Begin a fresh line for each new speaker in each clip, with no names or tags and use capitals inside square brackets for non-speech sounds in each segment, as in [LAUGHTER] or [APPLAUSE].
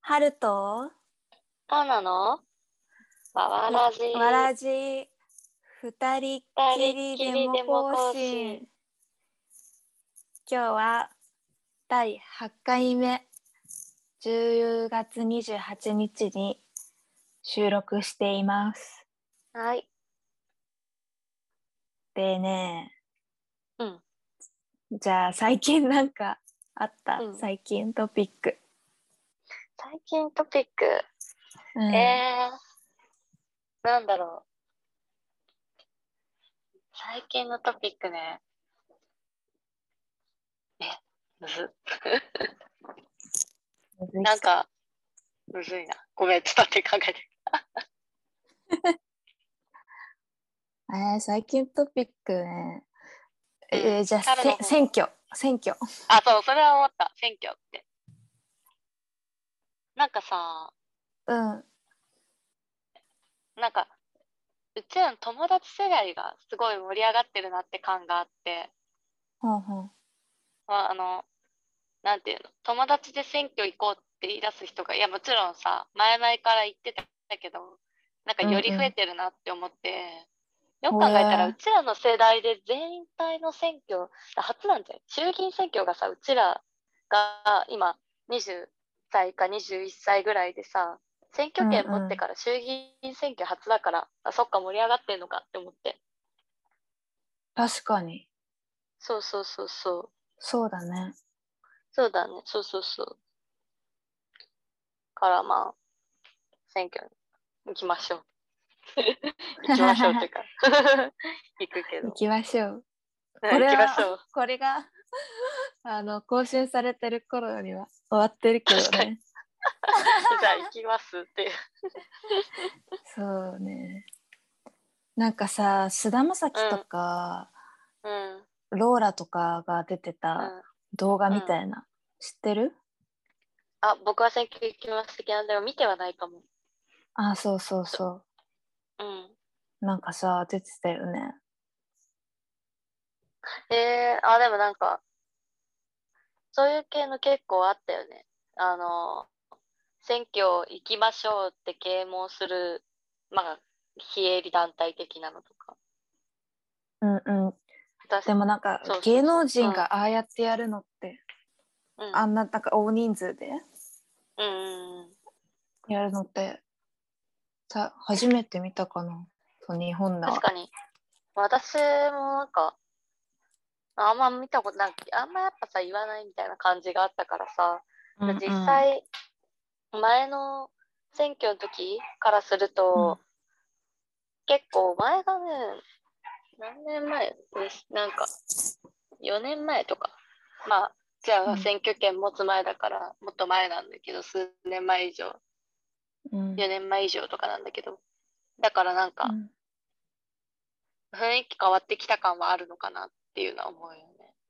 ハルト、
カナのわわらじ。
わらじ、二人っきりでも更新。今日は第8回目、10月28日に収録しています。
はい。
でね、
うん。
じゃあ最近なんかあった、
うん
最近トピック。
最近トピック。
うん
えー、なんだろう。最近のトピックね。え、むず。なんか、むずいな。ごめん、ちょっと待って考えて。
えー最近トピックね。えーじゃあ
彼の
せ
方
選挙、選挙。
あ、そう、それは思った。選挙って。なんかさ、
うん。
なんか、うちらの友達世代がすごい盛り上がってるなって感があって、
ほんほん。
まあ、あの、なんていうの、友達で選挙行こうって言い出す人が、いや、もちろんさ、前々から言ってたんだけど、なんかより
うんうん
増えてるなって思って、よく考えたら、
へえ
うちらの世代で全体の選挙、初なんじゃない衆議院選挙がさ、うちらが今、20歳か21歳ぐらいでさ、選挙権持ってから衆議院選挙初だから、あそっか、盛り上がってんのかって思って。
確かに。
そうそうそうそう。
そうだね。
そうだね、そうそうそう。からまあ、選挙に行きま
[LAUGHS]
しょう。行きましょうっていうか、 [LAUGHS] 行くけ
行
ど。
きましょう。
うん
これ
行き
は
ましょう。
これが [LAUGHS] あの更新されてる頃には終わってるけど
確か
ね。
じゃあ行きますっていう。
そうね。なんかさ、菅田将暉とか、
うん。うん。
ローラとかが出てた動画みたいな、知ってる？
あ、僕は選挙行きます的なんでも見てはないかも。
あ、そうそうそ
うん。
う。なんかさ出てたよね。
えー、あ、でもなんか、そういう系の結構あったよね。あの、選挙行きましょうって啓蒙する、まあ、非営利団体的なのとか。
うんうん。
私
でもなんか
そうそうそう
芸能人がああやってやるのって、
うん
あんななんか大人数で
うんうんうん、
やるのってさ初めて見たかな。そう日本だ
確かに私もなんかあんま見たことないあんまやっぱさ言わないみたいな感じがあったからさ、
うんうん
実際前の選挙の時からすると、結構前がね何年前ですなんか4年前とかまあじゃ
うん
あ選挙権持つ前だから、もっと前なんだけど数年前以上
うん
4年前以上とかなんだけどだからなんか、
うん
雰囲気変わってきた感はあるのかなっていうのは思うよね。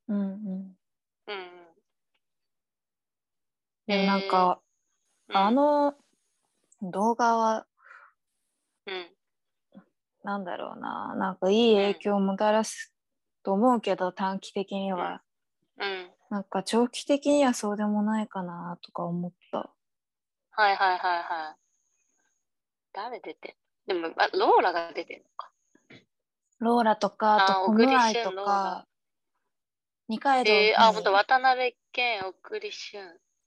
うんうん
うん
で
え
も
ー
なんか、
うん。
あの動画は
うん、
なんだろうななんかいい影響をもたらすと思うけど、短期的には、
うん。
なんか長期的にはそうでもないかなとか思った
はいはいはいはい。誰出てんでも、あローラが出てんのか。
ローラとかあと
あー
コ
小栗
ムアイ
旬
と
ロー
か
ラ
二階堂
えー、あ、ほん
ふ
と、
み
渡辺謙、小栗旬、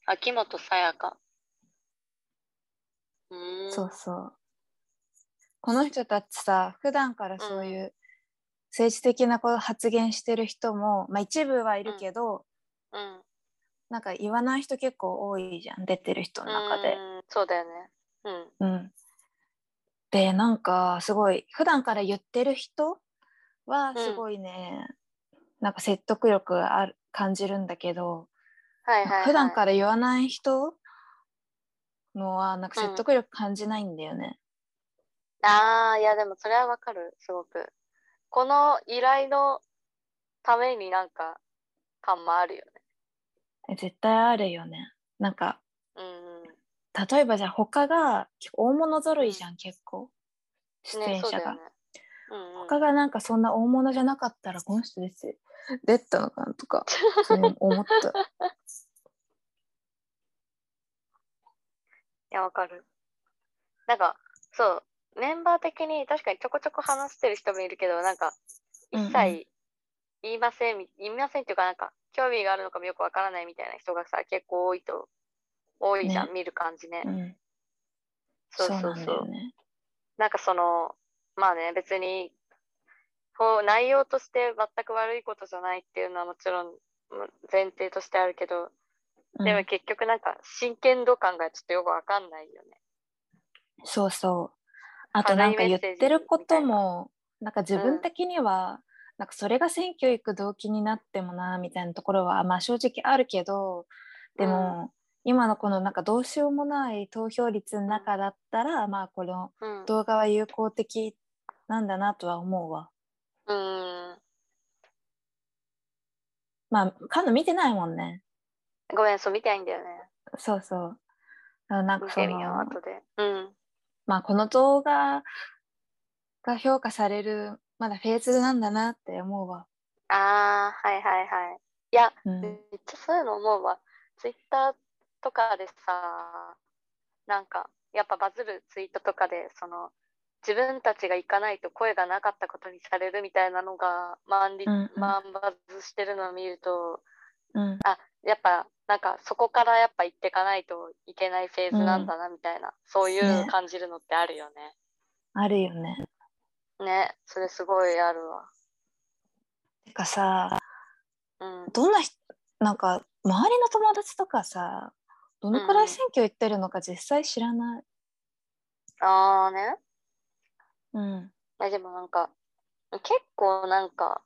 秋元さやか。うーん。
そうそうこの人たちさ普段からそういうう政治的なこう発言してる人も、まあ、一部はいるけど、
うん。
なんか言わない人結構多いじゃん出てる人の中で
う。ん。そうだよね。うん。
うん、でなんかすごい普段から言ってる人はすごいね、なんか説得力がある感じるんだけど、
はいはい、はい。
普段から言わない人のはなんか説得力感じないんだよね。
ああ、いやでもそれはわかる、すごく。この依頼のためになんか感もあるよね。
え絶対あるよね。なんか
うんうん。
例えばじゃあ他が大物揃いじゃん結構出
ね、
演
そう
者
だよ
が。
ね。うん、うん。
他がなんかそんな大物じゃなかったらこの人です出たのかなとか
[LAUGHS]
そう思った。
いや、わかる。なんか、そう、メンバー的に確かにちょこちょこ話してる人もいるけど、なんか、
うんうん
一切言いません、言いませんっていうか、なんか、興味があるのかもよくわからないみたいな人がさ、結構多いと、多いじゃん、
ね
見る感じね。
うん、
そうそう
な
そう
だ
ん
よね。
なんかその、まあね、別に、こう、内容として全く悪いことじゃないっていうのはもちろんうん前提としてあるけど、
うん
でも結局なんか真剣度感がちょっとよくわかんないよね。
そうそう。あとなんか言ってることもなんか自分的には、なんかそれが選挙行く動機になってもなみたいなところはまあ正直あるけどでも、今のこのなんかどうしようもない投票率の中だったら、まあこの
うん。
動画は有効的なんだなとは思うわ。
うん。
まあカンヌ見てないもんね。
ごめん、そう見てないんだよね。
そうそう。だからなんか
見
そ
てみよう、
の
後で。うん。
まあこの動画が評価されるまだフェーズなんだなって思うわ。
ああ、はいはいはい。いや、
うん
めっちゃそういうの思うわ。ツイッターとかでさ、なんか、やっぱバズるツイートとかで、その、自分たちが行かないと声がなかったことにされるみたいなのが、万里、
うんうん
万バズしてるのを見ると、
うん
やっぱ、なんかそこからやっぱ行ってかないといけないフェーズなんだなみたいな、そういう
ね
感じるのってあるよね。
あるよね。
ね、それすごいあるわ。
てかさ
うん。
どんな人なんか周りの友達とかさどのくらい選挙行ってるのか実際知らない。
ああね。
うん、
え、でもなんか、結構なんか、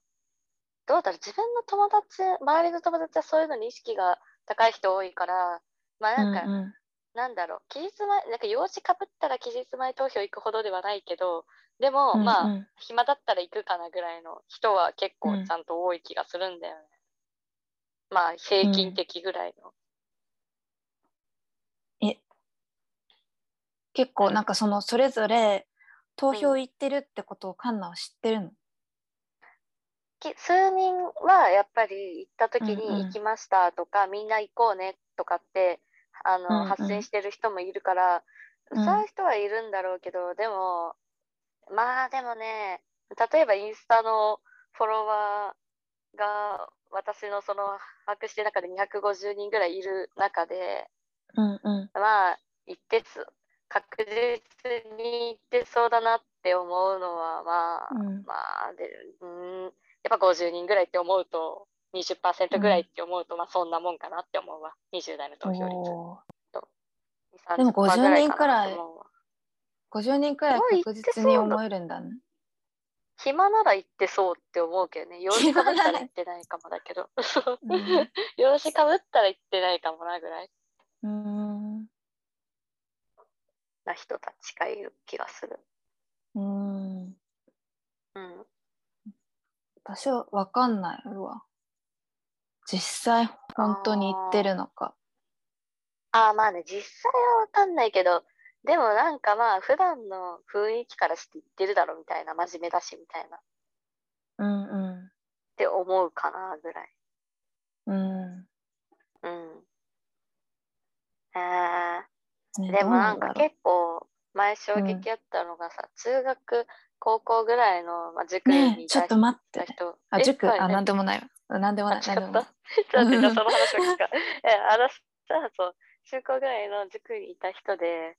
どうだろう、自分の友達、周りの友達はそういうのに意識が高い人多いから、まあなんか、
うんうん
なんだろう、期日前、なんか用紙かぶったら期日前投票行くほどではないけど、でも、まあ、
うんうん
暇だったら行くかなぐらいの人は
う
結構
ん
ちゃんと多い気がするんだよね。まあ、平均的ぐらいの。
結構なんかそのそれぞれ投票行ってるってことをカンナは知ってるの。
き数人はやっぱり行った時
うんうん
に行きましたとか、みんな行こうねとかってあの、
うんうん
発信してる人もいるから、
うん
そういう人はいるんだろうけどでもまあでもね例えばインスタのフォロワーが私のその把握してる中で250人ぐらいいる中で
うんうん
まあ行ってつ確実に行ってそうだなって思うのはまあ、
うん
まあでうーんやっぱ50人ぐらいって思うと20%ぐらいって思うと、まあそんなもんかなって思うわ20代の投票率
おー
2
でも50
30%
人くらい
かなって思うわ
50人くらい確実に思えるんだね。
暇なら行ってそうって思うけ
[LAUGHS]
どね用紙かぶったら行ってないかもだけど [LAUGHS] 用紙かぶったら行ってないかもなぐらい
うんう
な人たちがいる気がする
ーんうん
うん
私は分かんないわ。実際本当に行ってるのか。
ああまあね、実際はわかんないけど、でもなんかまあ、普段の雰囲気からして言ってるだろみたいな、真面目だしみたいな、っ
うんう
て思うかなぐらい。
んうん。
うん。え
ね
ー、でもなん
どうだろ
か
う
結構、前衝
うん
撃やったのがさ、中学、高校ぐらいの、まあ、塾
ね
に
え
い
ちょ
た
っと待っ
人
て。。あ、
え
塾、
そう
あ、
ね
なんでもないわ。うんなんでも
あ
ない、な
違っ
んでもない
た。ちょっと待って、じゃあ [LAUGHS] その話を聞くか。え、あのさ、そう、中高ぐらいの塾にいた人で、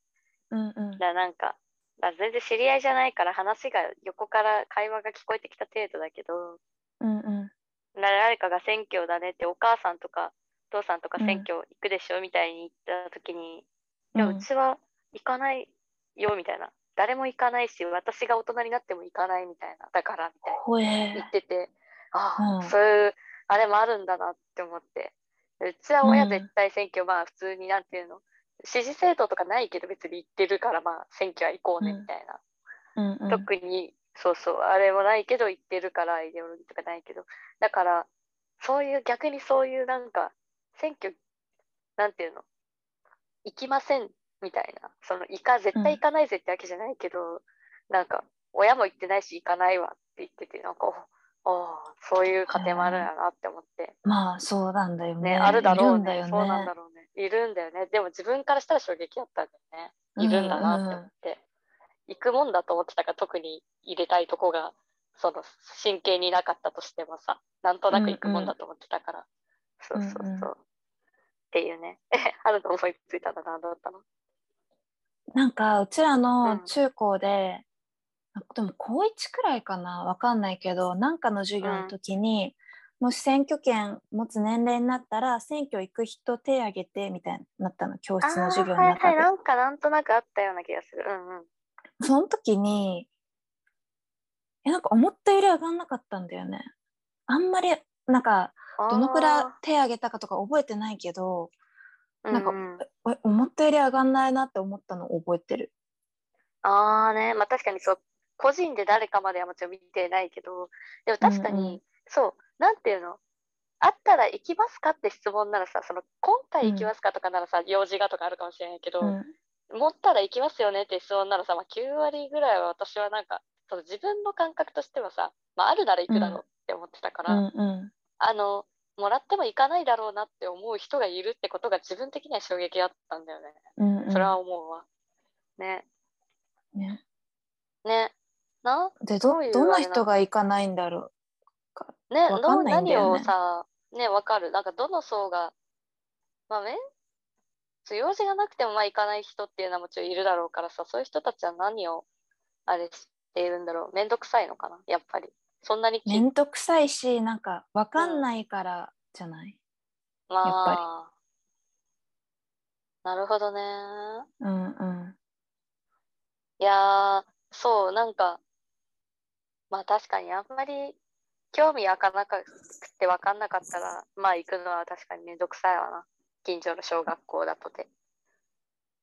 うんうん。
だなんか、まあ、全然知り合いじゃないから話が横から会話が聞こえてきた程度だけど
うんうん。
な誰かが選挙だねってお母さんとかお父さんとか
うん
選挙行くでしょ、みたいに言った時に「
う
いやうんちは行かないよ」みたいな「誰も行かないし私が大人になっても行かない」みたいなだからみたいな
ほえ
言っててああ、
うん
そういうあれもあるんだなって思ってうちは
う
親
ん
絶対選挙、まあ普通になんていうの支持政党とかないけど別に行ってるからまあ選挙は行こうね
うん
みたいな。
うんうん。
特にそうそうあれもないけど言ってるからアイデオロギーとかないけどだからそういう逆にそういうなんか選挙なんていうの行きませんみたいなその行か絶対行かないぜってわけじゃないけど、なんか親も行ってないし行かないわって言っててなんかおーそういう家庭もあるんやなって思って。
まあそうなんだよね。
ね、あるだろう
いんだ
ね
よね。
そうなんだろうね。いるんだよね。でも自分からしたら衝撃やったんだよね。いるんだなって思って。行くもんだと思ってたから特に入れたいとこが、その神経になかったとしてもさ、なんとなく行くもんだと思ってたから。
うんうん
そうそううんそう。っていうね。 [LAUGHS] え、あるの思いついたら何だったの
なんかうちら
う
の
ん
中高で、でも高1くらいかなわかんないけどなんかの授業の時に、もし選挙権持つ年齢になったら選挙行く人手挙げてみたいになったの教室の授業の
あー
中
はい
で、
はい、なんかなんとなくあったような気がする。うんうん。
その時にえなんか思ったより上がんなかったんだよねあんまりなんかどのくらい
あ
手挙げたかとか覚えてないけど
ー
なんか
うう
え思ったより上がんないなって思ったのを覚えてる
ああね、まあ確かにそう、個人で誰かまではもちろん見てないけど、でも確かに、
うんうん
そう、なんていうの、あったら行きますかって質問ならさ、その今回行きますかとかならさ、用事がとかあるかもしれないけど、
うん
持ったら行きますよねって質問ならさ、まあ、9割ぐらいは私はなんか、その自分の感覚としてはさ、まあ、あるなら行くだろうって思ってたか
う
ら、
んうん
あの、もらっても行かないだろうなって思う人がいるってことが自分的には衝撃だったんだよね。
うんうん
それは思うわ。ね。
ね
ね。な
でど
どういう
どん
あ
な
れなの
人が行かないんだろ
ね、
わ
ど
かん
う
ないんだ
何
よね
をさ、ね、わかる。なんかどの層が、まあ、めんそう用事がなくてもまあ行かない人っていうのはもちろんいるだろうからさ、そういう人たちは何をあれしているんだろう。めんどくさいのかな、やっぱり。そんなに
う
き、
面倒くさいしなんかわかんないからじゃない、
まあ。なるほどね。
うん、うん
いやー、そう、なんか、まあ確かにあんまり興味湧かなくて分かんなかったら、まあ行くのは確かにめんどくさいわな。近所の小学校だとて。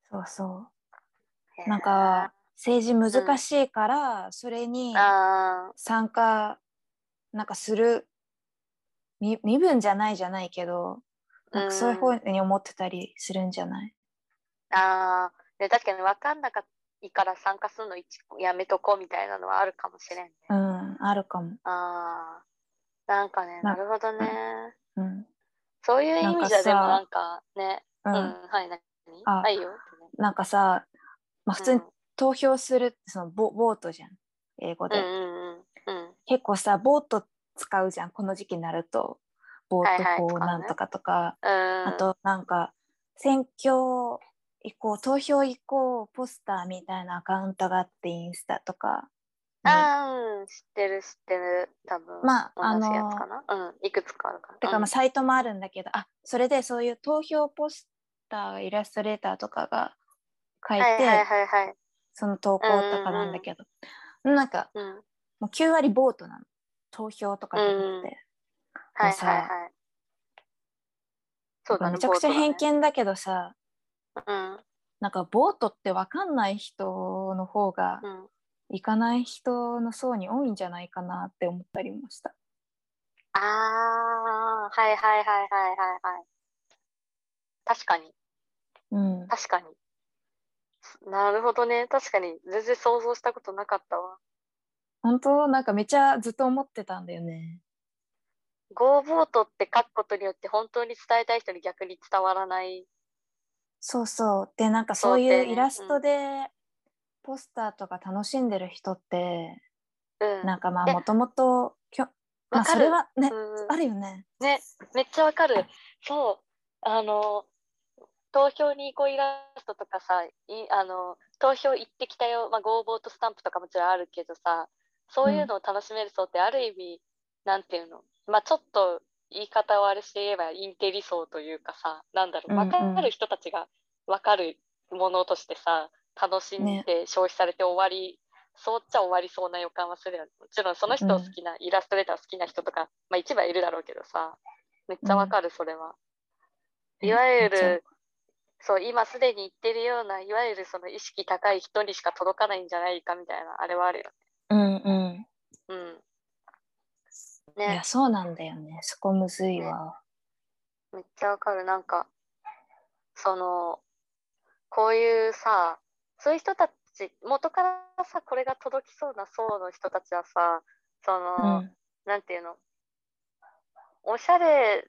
そうそう
へー
なんか、政治難しいから、それに
あ
参加なんかするみ身分じゃないじゃないけど
ー
なんかそういう方に思ってたりするんじゃない、
あー、で確かに分かんなかいから参加するの一やめとこうみたいなのはあるかもしれんね。
うん、あるかも、
あー、なんかね、
な
なるほどね。
うん
そういう
なん
意
か
味じゃでも
さ
なんかね、
う
うんん、はい、何
あ
あ、いいよ。
なんかさ、まあ、普通に
うん
投票するそのボボートじゃん英語で、
うんうんうんうん。
結構さボート使うじゃんこの時期になるとボートこうなんとかとか、
あ
あ、となんか選挙以降投票以降ポスターみたいなアカウントがあってインスタとかに
あーうん、知ってる知ってる多分
まあ
同じや
あの
つかな、うんいくつかあるから
てか
うん
まあサイトもあるんだけど、あそれでそういう投票ポスターイラストレーターとかが書いて、
はいはいはいはい
その投稿とかなんだけど、なんか
うんはい
もう9割ボートなの投票とかじゃなくて、ま
は
あ
い
さ
はいそうだね
めちゃくちゃ
ボートだ
偏
ね
見だけどさ
うん
なんかボートって分かんない人の方が
うん
行かない人の層に多いんじゃないかなって思ったりもした。
あーはいはいはいはいはいはい確かに
うん、
確かになるほどね確かに全然想像したことなかったわ
本当なんかめちゃずっと思ってたんだよね。
ゴーボートって書くことによって本当に伝えたい人に逆に伝わらない
そうそうでなんか
そ
そうう
だよね
いうイラストでポスターとか楽しんでる人って、
うん
なんかまあ
え
もともときょ、まあ、
わか
そ
る
れはね、
うん
あるよね。
ね、めっちゃわかる。そう、あの、投票に行こうイラストとかさ、いあの投票行ってきたよ、まあ、ご応募とスタンプとかもちろんあるけどさ、そういうのを楽しめる層ってある意味、なんていうの、まあ、ちょっと言い方をあれして言えばインテリ層というかさ、なんだろう、
うんうん
わかる人たちがわかるものとしてさ、楽しん
ね
で消費されて終わり、そうっちゃ終わりそうな予感はするよね。もちろんその人を好きな、イラストレーター好きな人とか、まあ、一番いるだろうけどさ、めっちゃわかる、それは。
うん
いわゆ
めっちゃわか
る、そう、今すでに言ってるような、いわゆるその意識高い人にしか届かないんじゃないかみたいな、あれはあるよ。
うんうん。
うん。
い
ね
や、そうなんだよね。そこむずいわ。
めっちゃわかる。なんか、その、こういうさ、そういう人たち、元からさ、これが届きそうな層の人たちはさ、その、
うん
なんていうのおしゃれ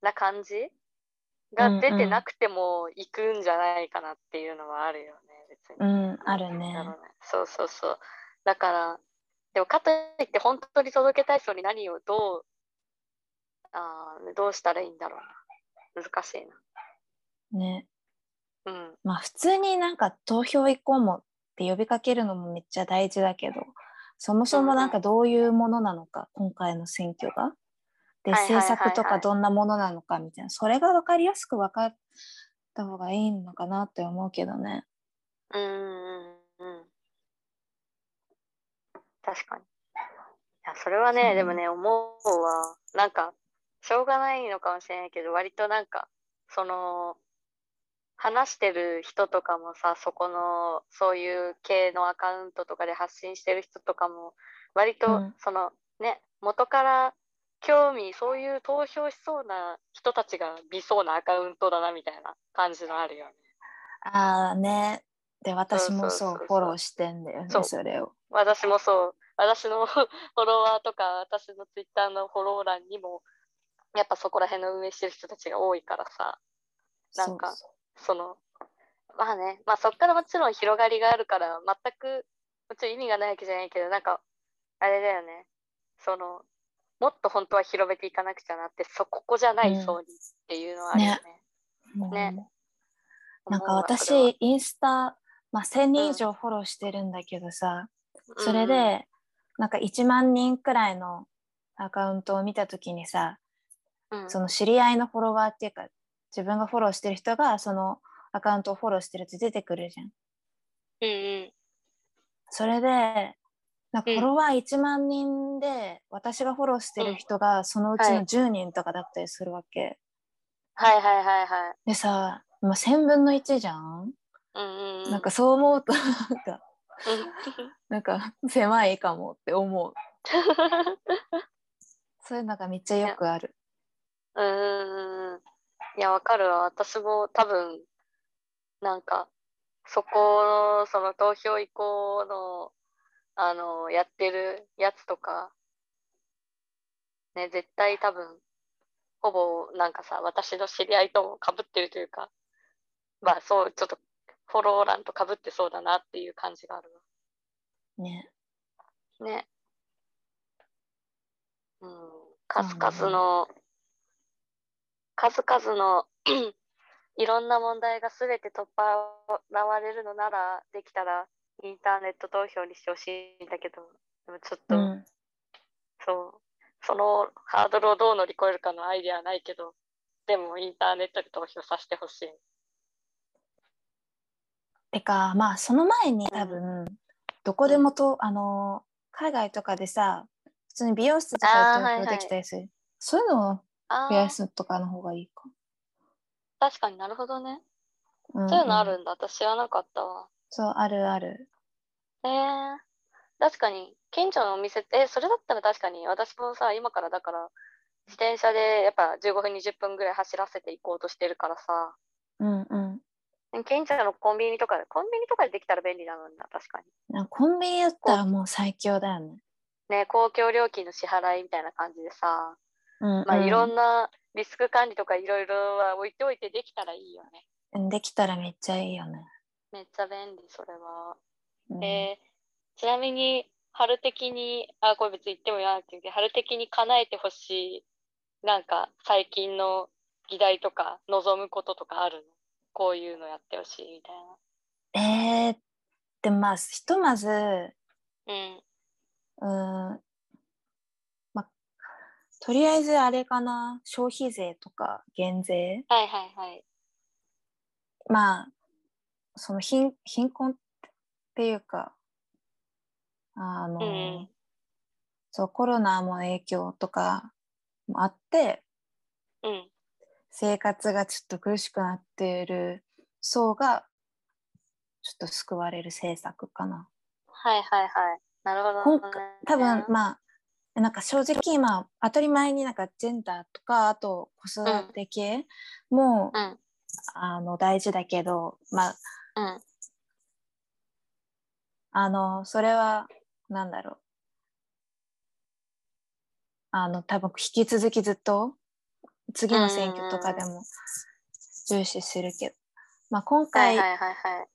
な感じが出てなくても行くんじゃないかなっていうのはあるよね、別に。
うん、あるね
な。のでそうそうそう。だから、でもかといって本当に届けたい人に何をどう、あーどうしたらいいんだろうな。難しい
ね。
な。うん。
まあ普通になんか投票行こうもって呼びかけるのもめっちゃ大事だけど、そもそもなんかどういうものなのか、今回の選挙が。で、
はいはいはいはい
政策とかどんなものなのかみたいな、それが分かりやすく分かった方がいいのかなって思うけどね。
うんうんうんうん。確かに。いや、それは
う
ね、
ん
でもね、思うわ。なんか、しょうがないのかもしれないけど、割となんか、その、話してる人とかもさ、そこの、そういう系のアカウントとかで発信してる人とかも、割
う
と
ん、
その、ね、元から興味、そういう投票しそうな人たちが見そうなアカウントだな、みたいな感じのあるよね。
ああね。で、私も
そう
そ
そうそううそう
フォローしてんだよね、
そう
それを。
私もそう、私の [LAUGHS] フォロワーとか、私のツイッターのフォロー欄にも、やっぱそこら辺の運営してる人たちが多いからさ、なんか
そうそ
その、まあね、まあそっからもちろん広がりがあるから、全く、もちろん意味がないわけじゃないけど、なんか、あれだよね、その、もっと本当は広めていかなくちゃなって、そここじゃない層にっていうのはあるよね。
うもう
ね
なんか
思うわそれは
私インスタ、まあ、1,000人以上フォローしてるんだけどさ、それ
うんうん
でなんか1万人くらいのアカウントを見た時にさ
うん
その知り合いのフォロワーっていうか自分がフォローしてる人がそのアカウントをフォローしてるって出てくるじゃん。
うんうん
それでなんかフォロワー1万人で私がフォローしてる人がそのうち
は
の
い
10人とかだったりするわけ。
はいはいはいはい。
でさもう1000分の1じゃん、
うんうんうん。 [LAUGHS]
なんかそう思うとなんか
うん、
なんか狭いかもって思う。そういうのがめっちゃよくある。
うーん。いや、わかるわ。私も多分、なんか、そこの、その投票移行の、あの、やってるやつとか、ね、絶対多分、ほぼ、なんかさ、私の知り合いとも被ってるというか、まあ、そう、ちょっと、フォロー欄と被ってそうだなっていう感じがある
ね。
わ。ね。うん、
そうね
数々の、数々の [CLEARS THROAT] いろんな問題が全て取っ払われるのならできたらインターネット投票にしてほしいんだけどでもちょっと、
うん。
そうそのハードルをどう乗り越えるかのアイデアはないけどでもインターネットで投票させてほしい。
てか、まあ、その前に多分、どこでもと、あの、海外とかでさ、普通に美容室とか
あーは
で投
いは
票
い
できたりする。そういうのを
あ
増や
ー
すとかの方がいいか。
確かになるほどね。
うん
そういうのあるんだ私はなかったわ。
そう、あるある。
えー、確かに近所のお店ってえそれだったら確かに私もさ今からだから自転車でやっぱ15分20分ぐらい走らせていこうとしてるからさ
うんうん。
近所のコンビニとかでコンビニとかでできたら便利なのにな確かに
なんかコンビニだったらもう最強だよね。
ね公共料金の支払いみたいな感じでさ
うん、
まあいろ
なん
なリスク管理とかいろいろは置いておいてできたらいいよね
うん。できたらめっちゃいいよね。
めっちゃ便利それは
うん
えーちなみに、春的に、あ、これ別に言ってもいいなっていうけど、春的に叶えてほしい、なんか最近の議題とか、望むこととかあるのこういうのやってほしいみたい
えーでもまあ、ひとまず、
な。
うーんまあ、とりあえずあれかな消費税とか減税
うん。はいはいはい。
まあその貧貧困っていうかあの、
うん
そうコロナの影響とかもあって
うん。
生活がちょっと苦しくなっている層がちょっと救われる政策かな。
はいはいはい。なるほど、
今
ね
回。多分まあなんか正直今当たり前になんかジェンダーとかあと子育て系も、
うん
あの大事だけどまあ
うん。
あのそれはなんだろうあの多分引き続きずっと次の選挙とかでも重視するけど、まあ、今
はい
回、
はいはいはい。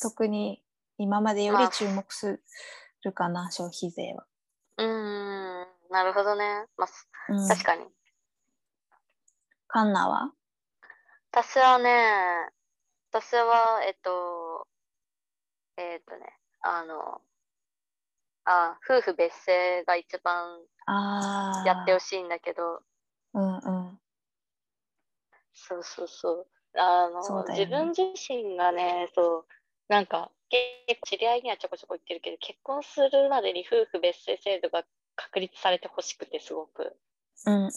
特に今までより注目するかな、消費税は。
うーん、なるほどね。まあ、
うん、
確かに。
カンナは
私はね、私は、えっと、えっとね、あの、あ、夫婦別姓が一番
ああ。
やってほしいんだけど、
うんうん。
そうそうそう。あの、
そうだよね
自分自身がね、そう、なんか、結構知り合いにはちょこちょこ言ってるけど、結婚するまでに夫婦別姓制度が確立されてほしくて、すごく。
うんうん。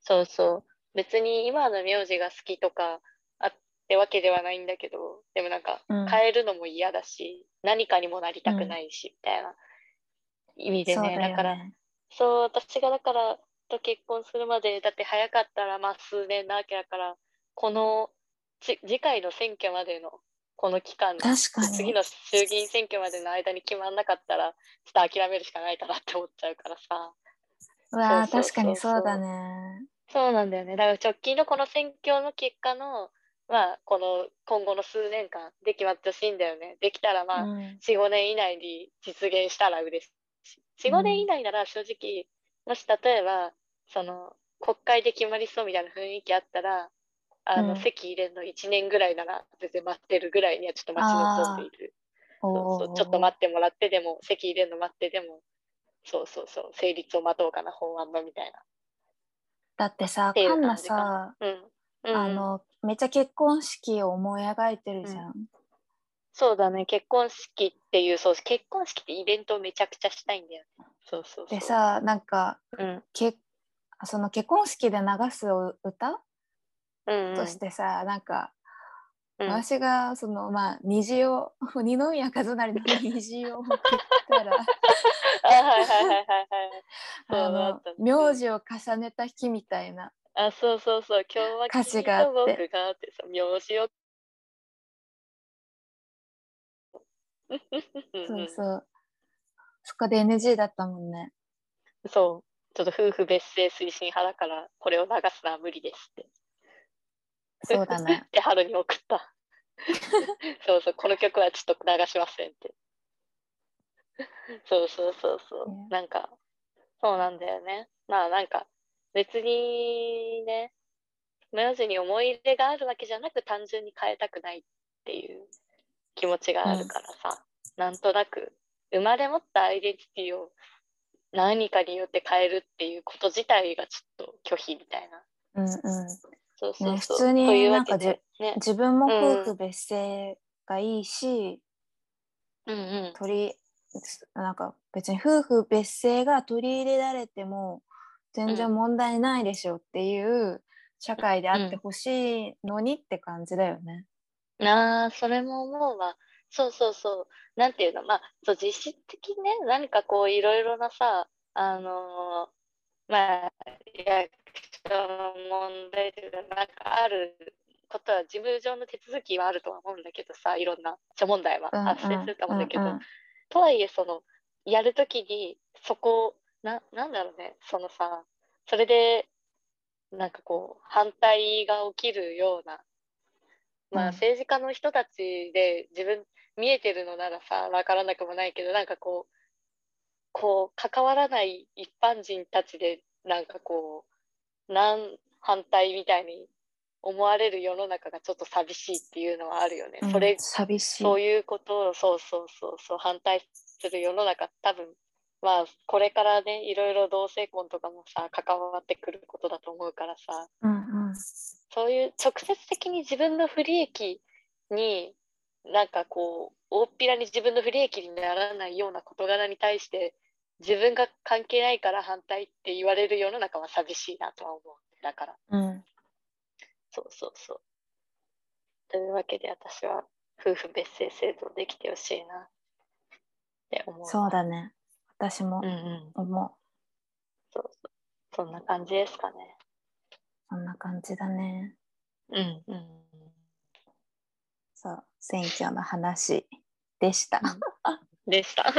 そうそう。別に今の名字が好きとかあってわけではないんだけど、でもなんか
うん
変えるのも嫌だし、何かにもなりたくないし、みたいな意味で
そうだ
ね。
よ
だから、
ね。
そう、私がだから、と結婚するまで、だって早かったらまあ数年なわけだから、このち次回の選挙までのこの期間、
確か
次
に。
の衆議院選挙までの間に決まんなかったら、ちょっと諦めるしかないかなって思っちゃうからさ。
うわあ
そうそうそ
確
う
かにそうだね。
そうなんだよね。だから直近のこの選挙の結果の、まあ、この今後の数年間で決まってほしいんだよね。できたら、まあ、
うん
4、5年以内に実現したら嬉しい。4、
う
5
ん
年以内なら正直、もし例えば、その、国会で決まりそうみたいな雰囲気あったら、あの、
うん
席入れるの1年ぐらいなら全然待ってるぐらいにはちょっと待ち望んでいる。そうそうちょっと待ってもらってでも、席入れるの待ってでも、そうそうそう、成立を待とうかな、法案のみたい
だってさ、
っていう
カンナ
感じか
さ、
な。うん。うん、
あの、めっちゃ結婚式を思い描いてるじゃん。
そうだね、結婚式っていう、そう、結婚式ってイベントをめちゃくちゃしたいんだよね。そうそうそ
で、
う。
さ、なんか、
うん、
けその結婚式で流すお歌
うん、うん。
としてさ、なんか、
うん、
私がそのまあ虹を [LAUGHS] 二宮和
[LAUGHS]
也の虹を送ったら
あ、はいはいはいはい
あ
はい。
の名字を重ねた日みたいな
あ、そうそうそう、今日は
歌詞があって
君と僕がってさ、名字を。
そうそうそこで NG だったもんね
うん [LAUGHS] そうちょっと夫婦別姓推進派だから、これを流すのは無理ですって。
そうだ
[LAUGHS]
ね
で、春に
[LAUGHS]
送った。そうそう、この曲はちょっと流しませんって。そうそうそうそう、
ね
なんか、そうなんだよね。まあなんか、別にね、名字に思い入れがあるわけじゃなく、単純に変えたくないっていう気持ちがあるからさ、なんとなく、生まれ持ったアイデンティティを何かによって変えるっていうこと自体がちょっと拒否みたいな。
うんうん
そうそうそう。
ね普通に
という
な
わ
んか
けで、ね。
自分も
うん
夫婦別姓がいいし、
うんうん。
取りなんか別に夫婦別姓が取り入れられても全然問題ないでしょっていう社会であってほしいのにって感じだよね。
ああ、それも思うわ。そうそうそう。なんていうの、まあ、そう、実質的にね、何かこう、いろいろなさ、あのーまあ、役所の問題というか、なんかあることは、事務上の手続きはあるとは思うんだけどさ、いろんな諸問題は
うんうん
発生すると思うんだけど、
うんうん
とはいえ、その、やるときに、そこを、な、なんだろうね、そのさ、それで、なんかこう、反対が起きるような、まあ、
うん
政治家の人たちで自分、見えてるのならさ、わからなくもないけど、なんかこう、こう、関わらない一般人たちで、なんかこう、なん、反対みたいに思われる世の中がちょっと寂しいっていうのはあるよね。それ
うん寂しい。
そういうことをそうそうそうそう反対する世の中多分まあこれからねいろいろ同性婚とかもさ関わってくることだと思うからさ
うんうん
そういう直接的に自分の不利益になんかこう大っぴらに自分の不利益にならないような事柄に対して自分が関係ないから反対って言われる世の中は寂しいなとは思うだから
うん、
そうそうそうというわけで私は夫婦別姓制度できてほしいなって思う
そうだね。私も
うんうん、
思
そうそう。そんな感じですかね。
う。そんな感じだね。
うんうん。
そう、選挙の話でした。
でした。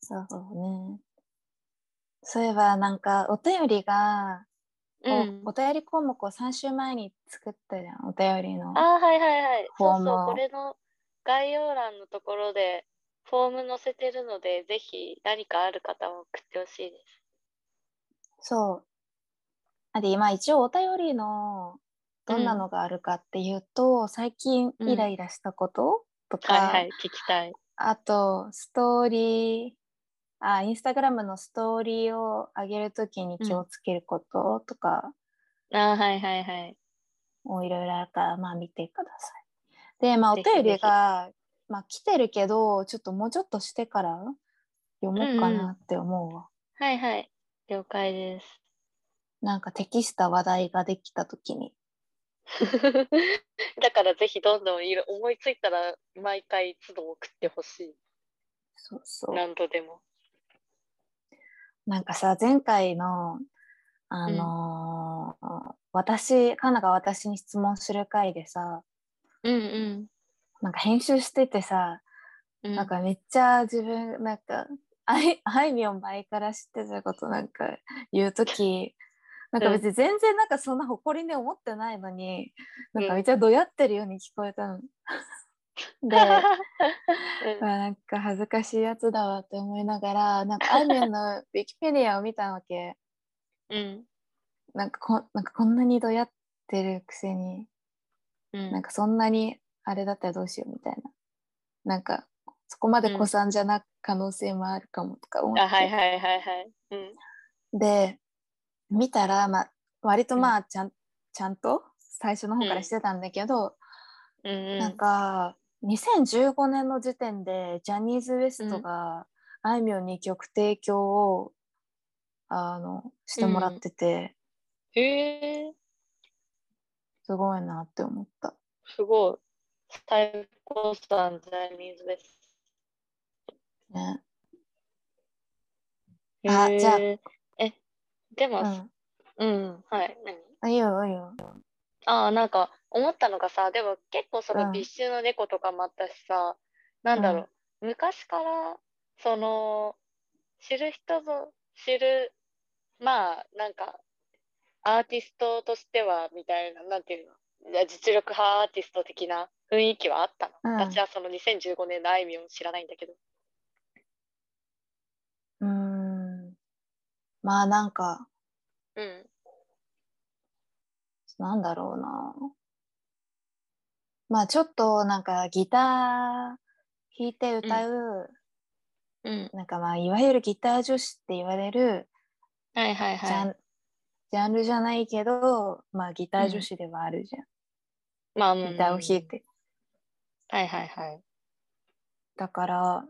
そうね。そういえばなんかお便りが、
うん
おお便り項目を3週前に作ったじゃんお便りの。
あーはいはいはい。
フォ
そ
ー
う
ムを
そう、これの概要欄のところでフォーム載せてるので、ぜひ何かある方は送ってほしいです。
そう。あで今一応お便りのどんなのがあるかっていうと、最近イライラしたこと、とか、
はいはい、聞きたい。
あとストーリーあインスタグラムのストーリーを上げるときに気をつけることとか
あーはいはいはい。
をいろいろあるから、まあ見てください。でまあお
ぜひぜひ
便りが、まあ、来てるけどちょっともうちょっとしてから読もうかなって思うわ。
はいはい。了解です。
なんか適した話題ができたときに。
[LAUGHS] だからぜひどんどんいろ思いついたら毎回都度送ってほし
そうそ
い。
う。
何度でも。
なんかさ前回のあのー私カナが私に質問する回でさ
うん
なんか編集しててさ、
う
なんかめっちゃ自分なんかあいあいみょん前から知ってたことなんか言う時なんか別に全然なんかそんな誇りに思ってないのに、なんかめっちゃどやってるように聞こえたの。 [LAUGHS] でうわなんか恥ずかしいやつだわって思いながらなんかあいみょんのウィキペディアを見たわけ。
[LAUGHS]
[LAUGHS]
うん
なんかこなんかこんなにどやってるくせに
うん
なんかそんなにあれだったらどうしようみたいななんかそこまで
うん
子さんじゃな可能性もあるかもとか思って、
あはいはいはいはい。うん
で見たら、まあ、割と
うん
まあちゃん,、ちゃんと最初の方か
う
ら
ん
してたんだけど、
うんうん
なんか2015年の時点でジャニーズ WEST があいみょんに曲提供をあのしてもらってて、
へえ
すごいなって思った。
すごい。最高さんジャニーズです。
ねあ
へー
じゃあ
えで
う
も、
ん
うん、はい何
あいいよいいよ。
ああ、なんか思ったのがさ、でも結構そうの
ん
ビッシュの猫とかもあったしさ、なんだろう、昔から、その、知る人ぞ知る、まあ、なんか、アーティストとしては、みたいな、なんていうの、いや実力派アーティスト的な雰囲気はあったの。
うん
私はその2015年のあいみょん知らないんだけど。
うーん。まあなんか、
うん。
なんだろうな。まあちょっとなんかギター弾いて歌う、
うん。
なんかまあいわゆるギター女子って言われる
はいはい
ジャン、
は
ジャンルじゃないけど、まあギター女子ではあるじ
い。まあ、
ゃん。ギターを弾いて。
はいはいはい。
だから、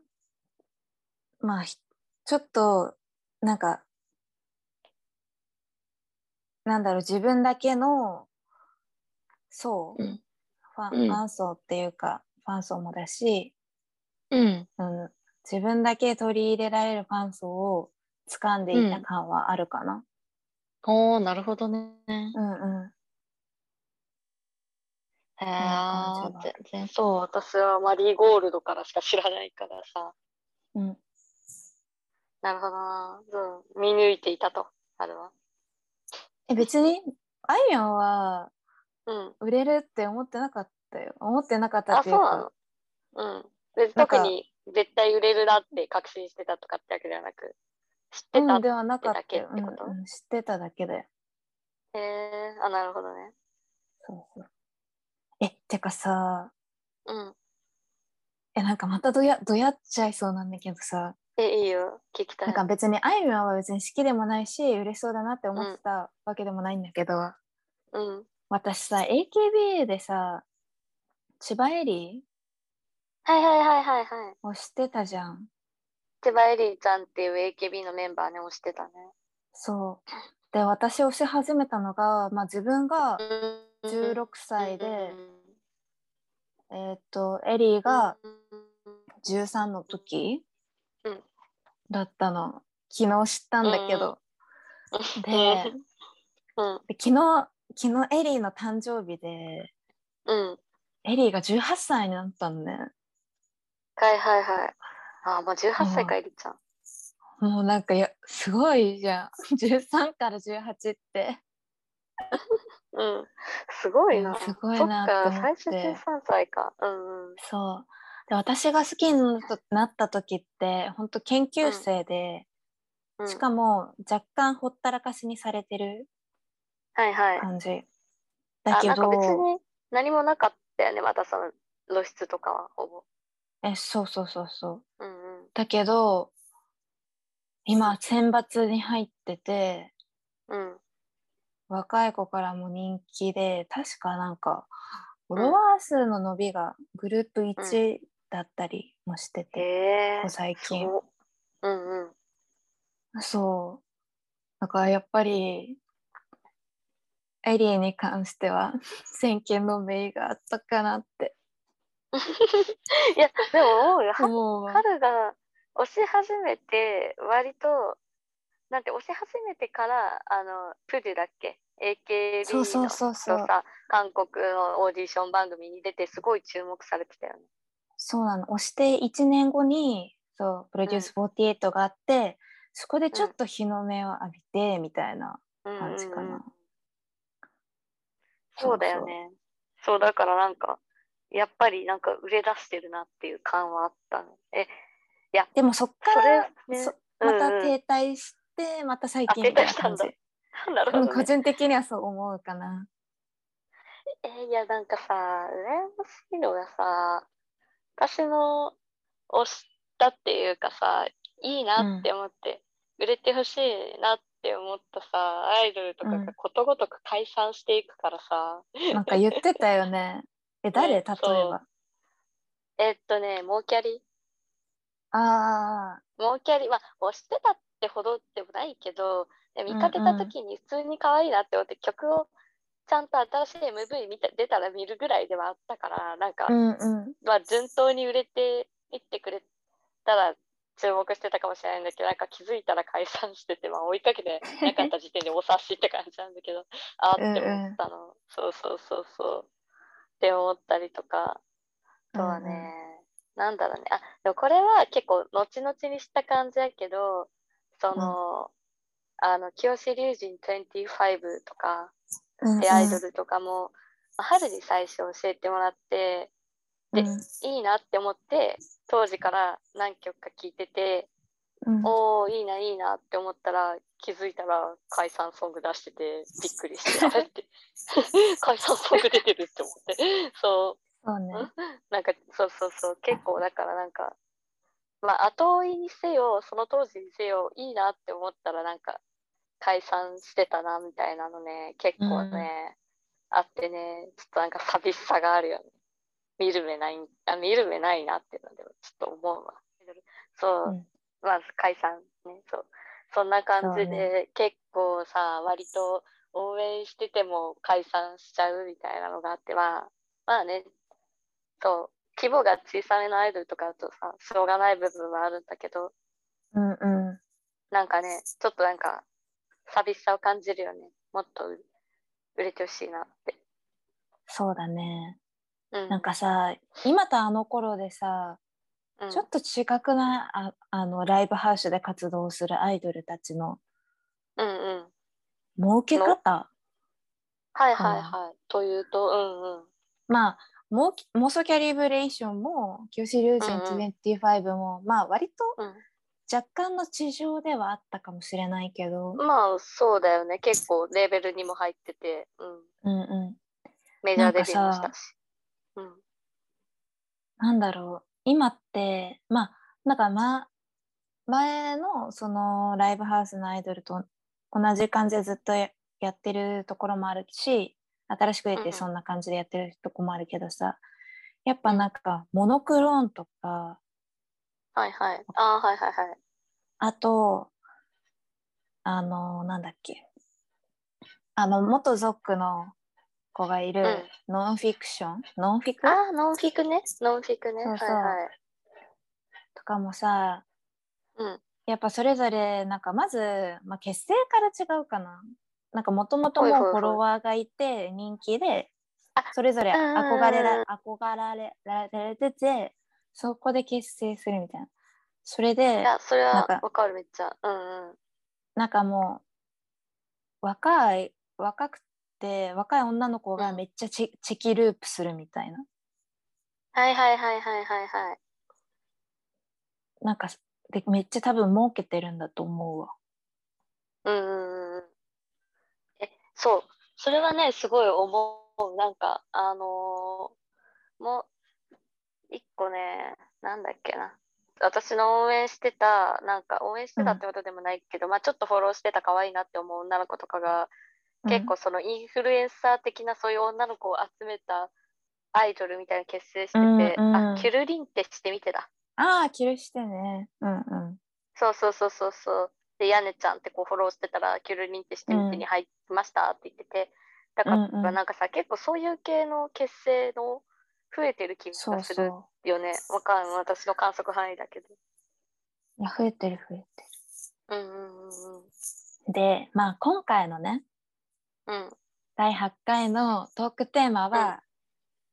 まあひちょっとなんか、なんだろう自分だけの層、
うん
ファン
うん
ファン層っていうかファン層もだし、
うん。
うん、自分だけ取り入れられるファン層を掴んでいた感はあるかな。
おー、なるほどね。
うんうん
へ
な
ー
んか
全然そう、私はマリーゴールドからしか知らないからさ。
うん、
なるほどな。うん、見抜いていたと、あれは。
え別にあいみょんは
うん。
売れるって思ってなかったよ思ってなかった
あ、
ってい
そうう
か
なの。うん。別
なんか
特に絶対売れるなって確信してたとかってわけではなく、知ってた。
うん、ではなかったよ、
ってだけってこと
うんうん、知ってただけだよ
へえあ、なるほどね。
そうそう。え、てかさ、
うん。
え、なんかまたどや、どやっちゃいそうなんだけどさ、
え、いいよ。聞きたい。
なんか別にあいみょんは別に好きでもないし、嬉しそうだなって思ってたわけでもないんだけど、
うん。
私さ、AKB でさ、千葉エリ
はいはいはいはいはい。
ーをしてたじゃん。
千葉エリーちゃんっていう AKB のメンバーね、押してたね。
そう。で、私推し始めたのが、まあ自分が
うん
16歳で、
うん
えーっと、エリーが、
うん
13の時、
うん
だったの。昨日知ったんだけど。で、
うん
で昨日昨日エリーの誕生日で
うん。
エリーが18歳になったんね
はいはいはい。あ、もう18歳
う
か、エリちゃん。
もうなんかやすごいじゃん [LAUGHS] 13から18って
うん。すごいな。
いやすごいなって思って
そっか、最初13歳か。うんうん。
そうで私が好きになった時って本当研究生で、
うん、
しかも若干ほったらかしにされてる
はいはい。
感じ、だ
あ
け
なんか別
ど
に何もなかったよね、またその露出とかは、ほぼ。
えそうそうそうそう
うんうん。
だけど今選抜に入ってて
うん。
若い子からも人気で確かなんかフ
ん
ォロワー数の伸びがグループ1だったりもして
へ
て、
え
ここ。最近
そう。うんうん。
そうだからやっぱりエリーに関しては [LAUGHS] 先見の明があったかなって
いや、でも思うよ。は
もう
春が押し始めて、割と、なんて押し始めてから、あの、プデュだっけ ?AKB
そうそう
の
そう
そ
そうう
さ韓国のオーディション番組に出てすごい注目されてたよね。
そうなの押して1年後にそうプロデュース48があって、そこでちょっと日の目を浴びてみたいな、
うんうんうん
感じかな
そうだよね。そうだからなんかやっぱりなんか売れ出してるなっていう感はあったの。え
でもそっか
それ
ら、
ね
そ
うんう
また
ん
停滞して、また最近
あ
みたいな感じ
停滞、なるほ
うん
ど、
個
ね。
人的にはそう思うかな
えーいやなんかさ羨ましいのがさ私の推したっていうかさいいなって思って、売れてほしいなって思ったさアイドルとか
うん
がことごとく解散していくからさ。
なんか言ってたよ
[LAUGHS]
ねえ誰例えば
そうえっとね、モーキャリ。
ああ
モーキャリ、まあ、推してたってほどでもないけど、で見かけ
う
た
んうん
時に普通に可愛いなって思って、曲をちゃんと新しい MV 見て出たら見るぐらいではあったから、なんか、
うんうん
まあ、順当に売れていってくれたら注目してたかもしれないんだけど、なんか気づいたら解散してて、まあ、追いかけてなかった時点でお察しって感じなんだけど、あーって思ったの。そうそうそうそう。って思ったりとか。あとはね、なんだろうね。あ、でもこれは結構後々にした感じやけど、その、あの、清志龍神25とか、
うんうん
でアイドルとかも、まあ春に最初教えてもらって、で
うん
いいなって思って、当時から何曲か聴いてて、
うん
おー、いいな、いいなって思ったら、気づいたら解散ソング出してて、びっくりして、あれ
[LAUGHS]
って、解散ソング出てるって思って、そう。
そうね
なんかそうそうそう結構だからなんかまあ後追いにせよその当時にせよいいなって思ったらなんか解散してたなみたいなのね結構ね、あってねちょっとなんか寂しさがあるよね見る目ないあ見る目ないなっていうのでもちょっと思うわそう、
うん
まず解散ねそうそんな感じ
そう
で結構さ割と応援してても解散しちゃうみたいなのがあってまあまあねそう規模が小さめのアイドルとかだとさしょうがない部分はあるんだけど
うんう
なんかねちょっとなんか寂しさを感じるよねもっとう売れてほしいなって、
んそうだね
うん、
なんかさ今とあの頃でさ
うん、
ちょっと違くないああのライブハウスで活動するアイドルたちの
うんうん
儲け方
はいはいはいというとうんうん
まあ、モーキ妄想キャリブレーションも、九州龍
うんう
神25も、まあ、割と
うん
若干の地上ではあったかもしれないけど、
まあそうだよね結構レーベルにも入ってて、うん、
うんうん、
メジャーデビューもし
なん
た
か
しうん
なんだろう、今って、まあ、なんか、ま、前のそのライブハウスのアイドルと同じ感じでずっとややってるところもあるし、新しく出
うんう
て
ん
そんな感じでやってるとこもあるけどさ、やっぱなんか、モノクローンとか、
はいはいあーはいはいはい
あと、あの、なんだっけ。あの、元ゾックの子がいるノンフィクション、ノンフィク
あーノンフィクねノンフィクね
そうそう
はいはい
とかもさ、
うん
やっぱそれぞれ、なんかまず、まあ、結成から違うかな。なんかもともと
ほい
も
ほいうほい
フォロワーがいて人気で
あ、
それぞれ
うんうんうん
憧れら、憧れられてて、そこで結成するみたいな。それで
いや、それ
なん
は
か
わかる、めっちゃ。うんうん。
なんかもう若い若くて若い女の子が
うん
めっちゃチ,、チェキループするみたいな
はいはいはいはいはいはい。
なんかでめっちゃ多分儲けてるんだと思うわ。
うんうんうん。え、そう。それはね、すごい思う。なんか、あのーもう、一個ね、なんだっけな。私の応援してた、なんか応援してたってことでもないけど、まあちょっとフォローしてた可愛いなって思う女の子とかが、結構そのインフルエンサー的なそういう女の子を集めたアイドルみたいなの結成してて、
うんうん
あ、キュルリンってしてみてだ。
うん、ああキルしてね。うんうん。
そうそうそうそうそう。で、ヤネちゃんってこうフォローしてたら、キュルリンってしてみてに入ってましたって言ってて、だから、
うんうん
なんかさ、結構そういう系の結成の増えてる気
そ
が
う
す
そう
る。よね。わかんない私の観測範囲だけど。
いや増えてる増え
うんうんうんうん。
てる。でまあ今回のね
うん
第8回のトークテーマは、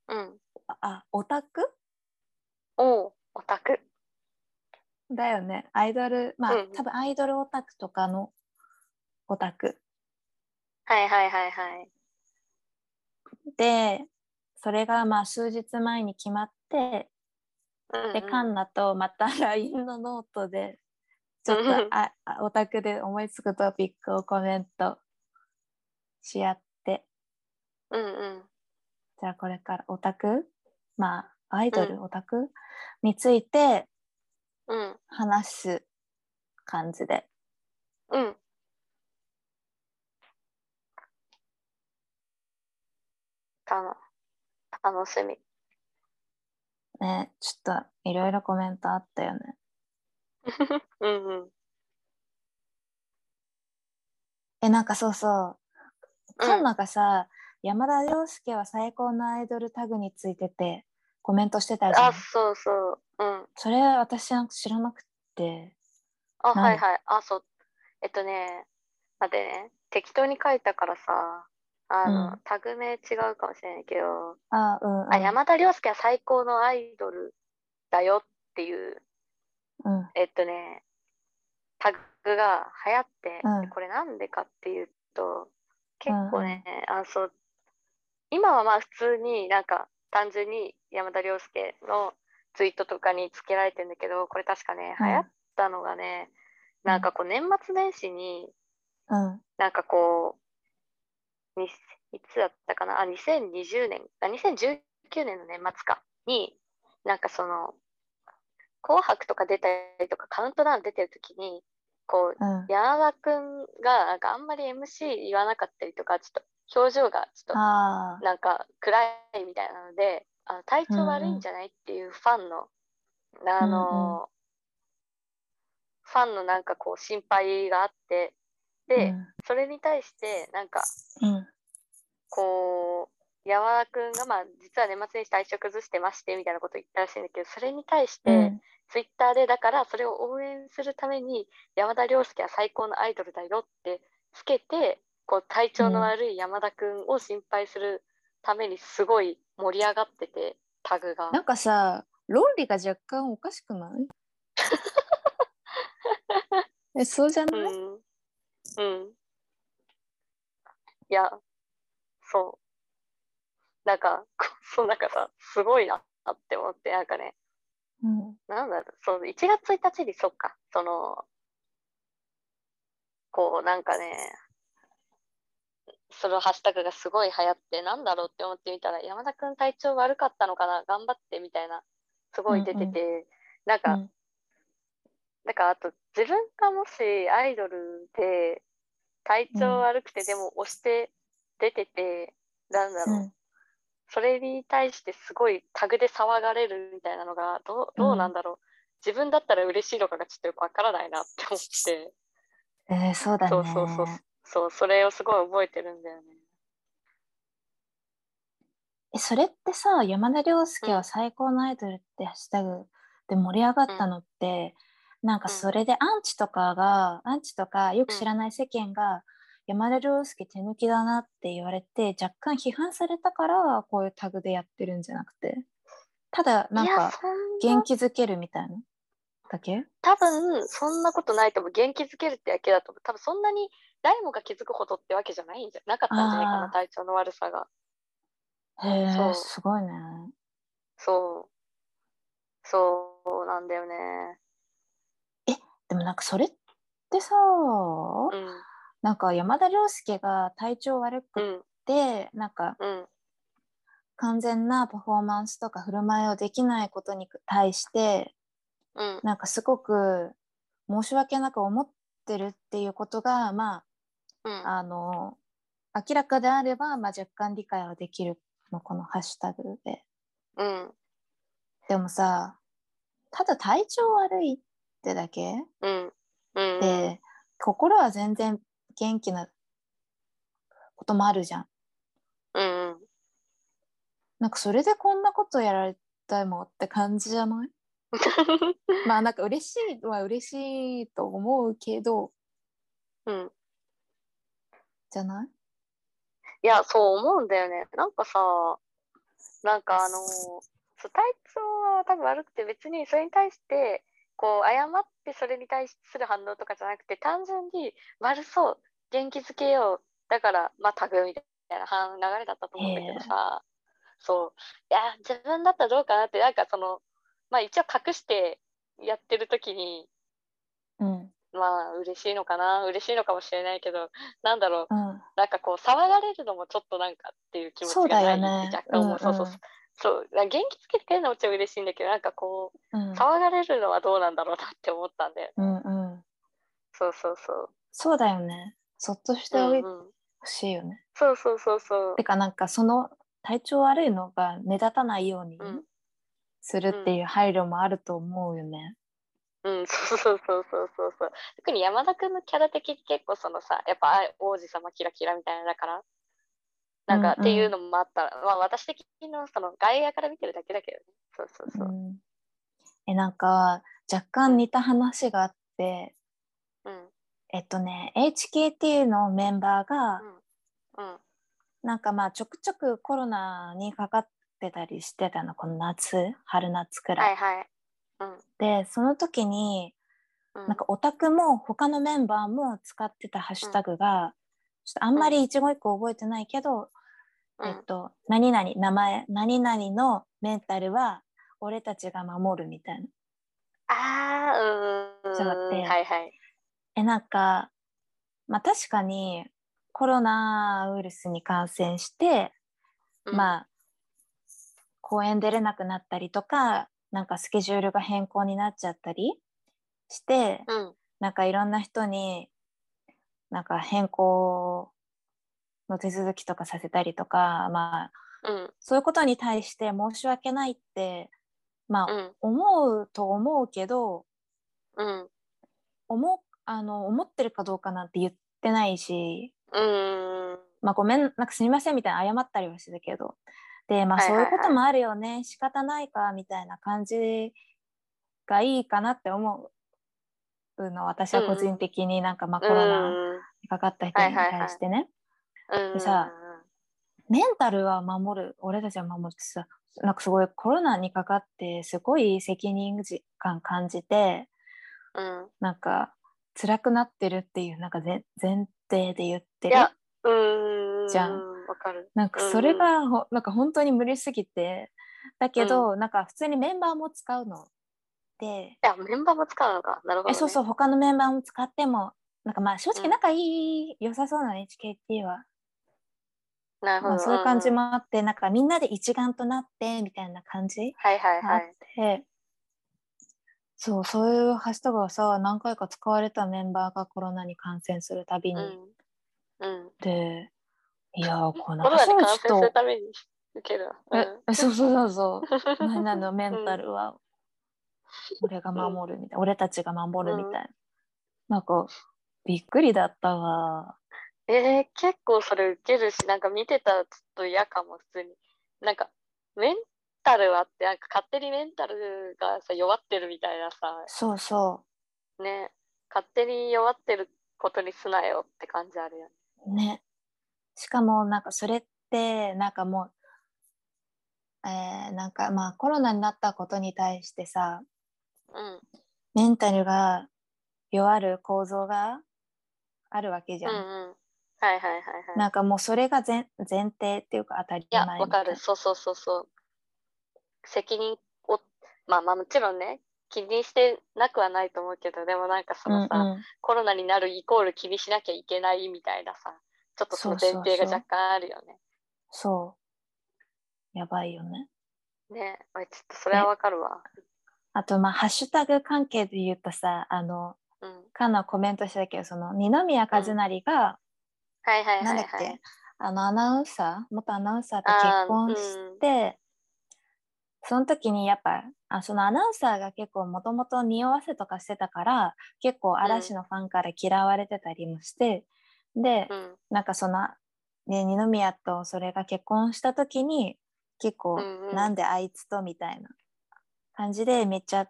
うん。
あオタク
おう、オタク。
だよねアイドルまあ、
うん
多分アイドルオタクとかのオタク
はいはいはいはい。
でそれがまあ数日前に決まって
うんうん
でカンナとまた LINE のノートでちょっと
うん
ああオタクで思いつくトピックをコメントし合って
うんうん。
じゃあこれからオタクまあアイドルオタク、について
うん。
話す感じで
うん。たの、楽しみ。
ねちょっといろいろコメントあったよね。
うんうん。
えなんかそうそう
うん
カンナがさ、山田涼介は最高のアイドルタグについててコメントしてたじゃ
あ、
ん
そうそう。うん。
それ私なんか知らなくて
あ、
何
はいはい。あ、そう。えっとね、待ってね。適当に書いたからさ、あの、
うん
タグ名違うかもしれないけど、
あうんうん
あ、山田涼介は最高のアイドルだよっていう、
うん
えっとね、タグが流行って、
うん
これなんでかっていうと、結構ね、あそう、今はまあ普通になんか単純に山田涼介のツイートとかにつけられてんだけど、これ確かね、流行っったのがね、
うん
なんかこう年末年始に、
うん
なんかこう、にいつだったかな、あ、2020年、あ、2019年の年末か、に、なんかその、紅白とか出たりとか、カウントダウン出てる時に、こう、
うん
山田くんが、なんかあんまり MC 言わなかったりとか、ちょっと表情がちょっ
あ
と、なんか暗いみたいなので、あの体調悪いんじゃないっていうファンの、あ
うん
の、ファンのなんかこう心配があって、
ー
で、それに対して、なんか、
うんうん
こう、山田くんが、まあ、実は年末年始体調崩してまして、みたいなこと言ったらしいんだけど、それに対して、
うん
ツイッターで、だから、それを応援するために、山田涼介は最高のアイドルだよってつけて、こう、体調の悪い山田くんを心配するために、すごい盛り上がってて、タグが。
なんかさ論理が若干おかしく
[LAUGHS]
ないえそうじゃない、
うん。うん。いや、そう。なんか、 [LAUGHS] こそう、なんかさ、すごいなって思って、なんかね、
うん
なんだろう、そう、1月1日に、そっか、その、こう、なんかね、そのハッシュタグがすごい流行って、なんだろうって思ってみたら、山田くん体調悪かったのかな、頑張ってみたいな、すごい出てて、なんか、
うん
なんかあと自分がもしアイドルで体調悪くてでも押して出てて、なんだろう、
うん
それに対してすごいタグで騒がれるみたいなのがどうどうなんだろう、自分だったら嬉しいのかがちょっとよくわからないなって思って、
えーそうだね
そうそうそうそうそれをすごい覚えてるんだよね。
えそれってさ山田涼介は最高のアイドルってハッシュタグで盛り上がったのって、なんかそれでアンチとかがアンチとかよく知らない世間が、山田涼介手抜きだなって言われて若干批判されたからこういうタグでやってるんじゃなくてただなん
いや
か
そんな
元気づけるみたいなだけ
多分そんなことないと思う元気づけるってだけだと思う多分そんなに誰もが気づくほどってわけじゃないんじゃなかったんじゃないか
あ
な
ー
体調の悪さが
へえ
そう
すごいね
そうそうなんだよね
でもなんかそれってさ、
うん
なんか山田涼介が体調悪
う
くっ
ん
て、なんか
うん
完全なパフォーマンスとか振る舞いをできないことに対して
うん
なんかすごく申し訳なく思ってるっていうことがま
うん
ああの明らかであれば、まあ、若干理解はできるのこのハッシュタグで
うん
でもさただ体調悪いってだけ
うんうん
で、心は全然元気なこともあるじゃん
うんうん
なんかそれでこんなことやられたいもんって感じじゃない
[LAUGHS]
まあなんか嬉しいは嬉しいと思うけど
うん
じゃない
いや、そう思うんだよね。なんかさ、なんかあのーそう体調は多分悪くて別にそれに対して、こう、謝ってそれに対する反応とかじゃなくて、単純に悪そう、元気づけよう、だから、まあ、タグみたいなはん流れだったと思うんだけどさ、そう、いや、自分だったらどうかなって、なんかその、まあ一応隠してやってる時に、
うん
まあ嬉しいのかな、嬉しいのかもしれないけど、なんだろう、
うん
なんかこう騒がれるのもちょっとなんかっていう気持ち
そう
が
だ
ない
よ
って
ね
若干思う、そうそう
うん
そうそうだから元気つけてくれるのはもちろん嬉しいんだけどなんかこう
うん
騒がれるのはどうなんだろうなって思ったんだよね
うんうん
そうそうそう
そうだよねそっとして
うん
お
う
いて
ん
ほしいよね、
そうそうそうそう
てかなんかその体調悪いのが目立たないように
うん
するっていう配慮もあると思うよね、
うん、そうそうそうそうそうそう特に山田君のキャラ的に結構そのさやっぱあ王子様キラキラみたいなだからなん
う
か
んうん
っていうのもあったら、まあ私的のその外野から見てるだけだけどねそうそうそう、
うんえなんか若干似た話があって
うん
えっとね HKT のメンバーが
うん
なんかまあちょくちょくコロナにかかってたりしてたのこの夏春夏くら、
はいいはいうん
でその時に
うん
なんかオタクも他のメンバーも使ってたハッシュタグが、ちょっとあんまり一語一個覚えてないけど、
う
えっ
ん
と、何々名前何々のメンタルは俺たちが守るみたいな。
ああ、うーん。
そうだって
はいはい。
えなんか、まあ、確かにコロナウイルスに感染して、ま
あ、
あ公演出れなくなったりとかなんかスケジュールが変更になっちゃったりして
うん。
なんかいろんな人になんか変更の手続きとかさせたりとか、まあ、
うん。
そういうことに対して申し訳ないって、まあ、
うん。
思うと思うけど
うん。
思うあの思ってるかどうかなんて言ってないし、
うん。
まあ、ごめんなんかすみませんみたいな謝ったりはしてたけどでまあ
はい
そ
は
うい
いは
う
い
こともあるよね、仕方ないかみたいな感じがいいかなって思うの私は個人的になんかまあコロナにかかった人に対してね、
うん。
でさメンタルは守る俺たちは守るってさなんかすごいコロナにかかってすごい責任感感じて
うん。
なんか辛くなってるっていうなんか前前提で言って
い
る
や、うん。
じゃん
わかる。
なんかそれがほ、なんか本当に無理すぎてだけど、なんか普通にメンバーも使うので、
いや、メンバーも使うのか。なるほど、
え
ね。
そうそう他のメンバーも使ってもなんかまあ正直仲いい、良さそうな HKT は、
う。なるほ
ま
ど。
あ、そういう感じ。もあって、なんかみんなで一丸となってみたいな感じ
はいはい
があ
は
っ
い。
て、そうそういうハッシュタグがさ何回か使われたメンバーがコロナに感染するたび
う
に、
ん。うん。
でいやーこの
コロナ
話
で
は
感
ち
染
ょっ
する
と
ために受けるわ。う
え
ん。
えそうそうそうそう
[LAUGHS]
何々のメンタルは俺が守るみたい俺たちが守るみたいな、なんかびっくりだったわ
えー、結構それ受けるし、なんか見てたらちょっと嫌かも、普通に。なんか、メンタルはって、なんか勝手にメンタルがさ、弱ってるみたいなさ、
そうそ
ね、勝手に弱ってることにすなよって感じあるよね。
うねしかもなんかそれってなんかもうえーなんかまあコロナになったことに対してさ
うん、
メンタルが弱る構造があるわけじゃ
うん
ん。
うん。はいはいはいはい。
なんかもうそれが前前提っていうか当たり
いや、
前
わかる。
み
そうそうそうそう。責任を、まあまあもちろんね、気にしてなくはないと思うけど、でもなんかそ
たい
の
な
さ、
うんうん
コロナになるイコール気にしなきゃいけないみたいなさ、ちょっとその
そうそ
前
うそう
提が若干あるよね。
そう。やばいよね。
ねおいちょっとそれはわかるわ。
あとまあハッシュタグ関係で言うとさあの
うん。
カンナコメントしたけどその二宮和也が、
はいはい
な
は
んだ
い
っ
は
け、
い。
あのアナウンサー元アナウンサーと
あー
結婚して、その時にやっぱあそのアナウンサーが結構もともと匂わせとかしてたから結構嵐のファンから嫌われてたりもして、で、
うん。
なんかその、ね、二宮とそれが結婚した時に結構、
うんうん
なんであいつとみたいな感じでめっちゃ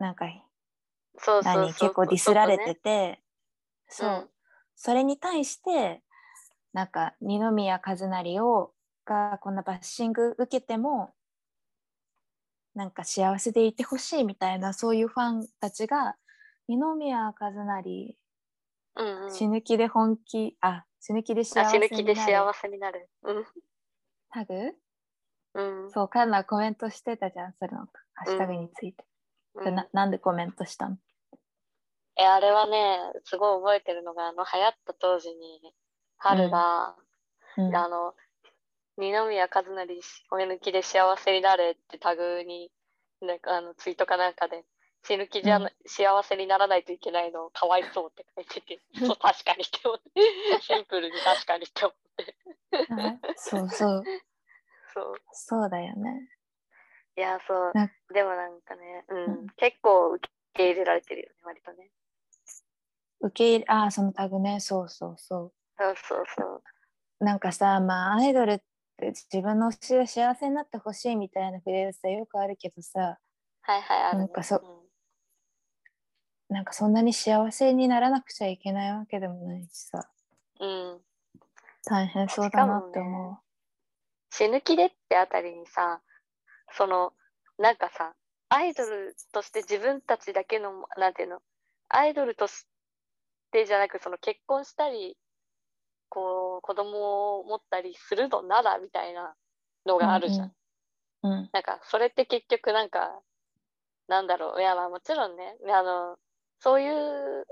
なんか
そうそうそう
何結構ディスられて
ち
てそ
ょ
う、
っとね
それに対してなんか二宮和也をがこんなバッシング受けてもなんか幸せでいてほしいみたいなそういうファンたちが二宮和也
うん。うんうん
死ぬ気で本気、あ死ぬ気で幸
あ
せ
死
にな
ぬ
る
気で幸せになる。うん。
タグ
うん。
そうカンナコメントしてたじゃんそれのハッシュタグについて、
うん
ななんでコメントしたの
え、あれはね、すごい覚えてるのが、あの、流行った当時に、春が、
うん
あの、二宮和也、骨抜きで幸せになれってタグに、なんかあのツイートかなんかで、死ぬ気じゃな、
う
幸せにならないといけないの、かわいそうって書いて
[LAUGHS]
て、そう、確かにって思って、シンプルに確かにって思って、
はいそうそう
そう。
そうだよね
いや、そう
なん。
でもなんかね、うん、
うん
結構受け入れられてるよね、割とね。
受け入れあーそのタグねそうそうそ
そうそうそう。
うなんかさまあアイドルって自分の推しが幸せになってほしいみたいなフレーズさよくあるけどさ
はいはい、ある、ね。
なんかそ
ん
なんかそんなに幸せにならなくちゃいけないわけでもないしさ
うん。
大変そうだなって思
死ぬ気でってあたりにさそのなんかさアイドルとして自分たちだけのなんていうのアイドルとしてじゃなくその結婚したりこう子供を持ったりするのならみたいなの
う、
があるじゃん、
うんうん
なんかそれって結局なんかなんだろういやまあもちろんねあのそういう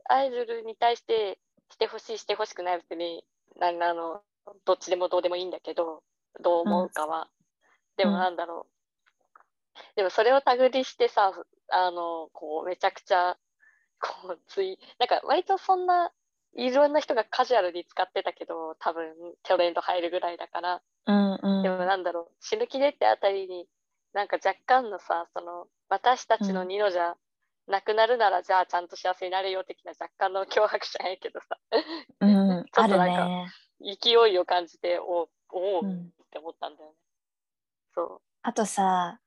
アイドルに対してしてほしいしてほしくない別になんあのどっちでもどうでもいいんだけどどう思うかは、でもなんだろう、でもそれをタグにしてさあのこうめちゃくちゃこうついなんか割とそんないろんな人がカジュアルに使ってたけど多分トレンド入るぐらいだから
うんうん
でもなんだろう死ぬ気でってあたりになんか若干のさその私たちの
うん
ニノじゃなくなるなら、じゃあちゃんと幸せになれよ的な若干の脅迫じゃないけどさ [LAUGHS]
うん
ちょ
あ
っと
る
なんか
ね、
勢いを感じておおお
う
っ
ん、
て思ったんだよね。そ
あとさ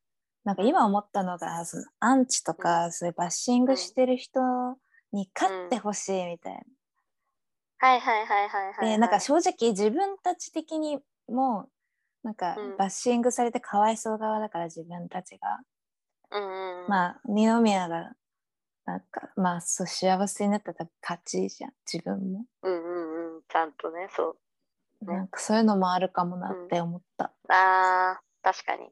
なんか今思ったのがそのアンチとかそういうバッシングしてる人に勝ってほしいみたいな。
うはいはいはいはいはい、はい。
でなんか正直自分たち的にもなんか
うん
バッシングされてかわいそう側だから自分たちが、
うんうん、あ
まあ二宮がなんかまあそう幸せになったら勝ちじゃん自分も、
うんうんうんちゃんとねそう。ね
なんかそういうのもあるかもなって思った、
あー確かに。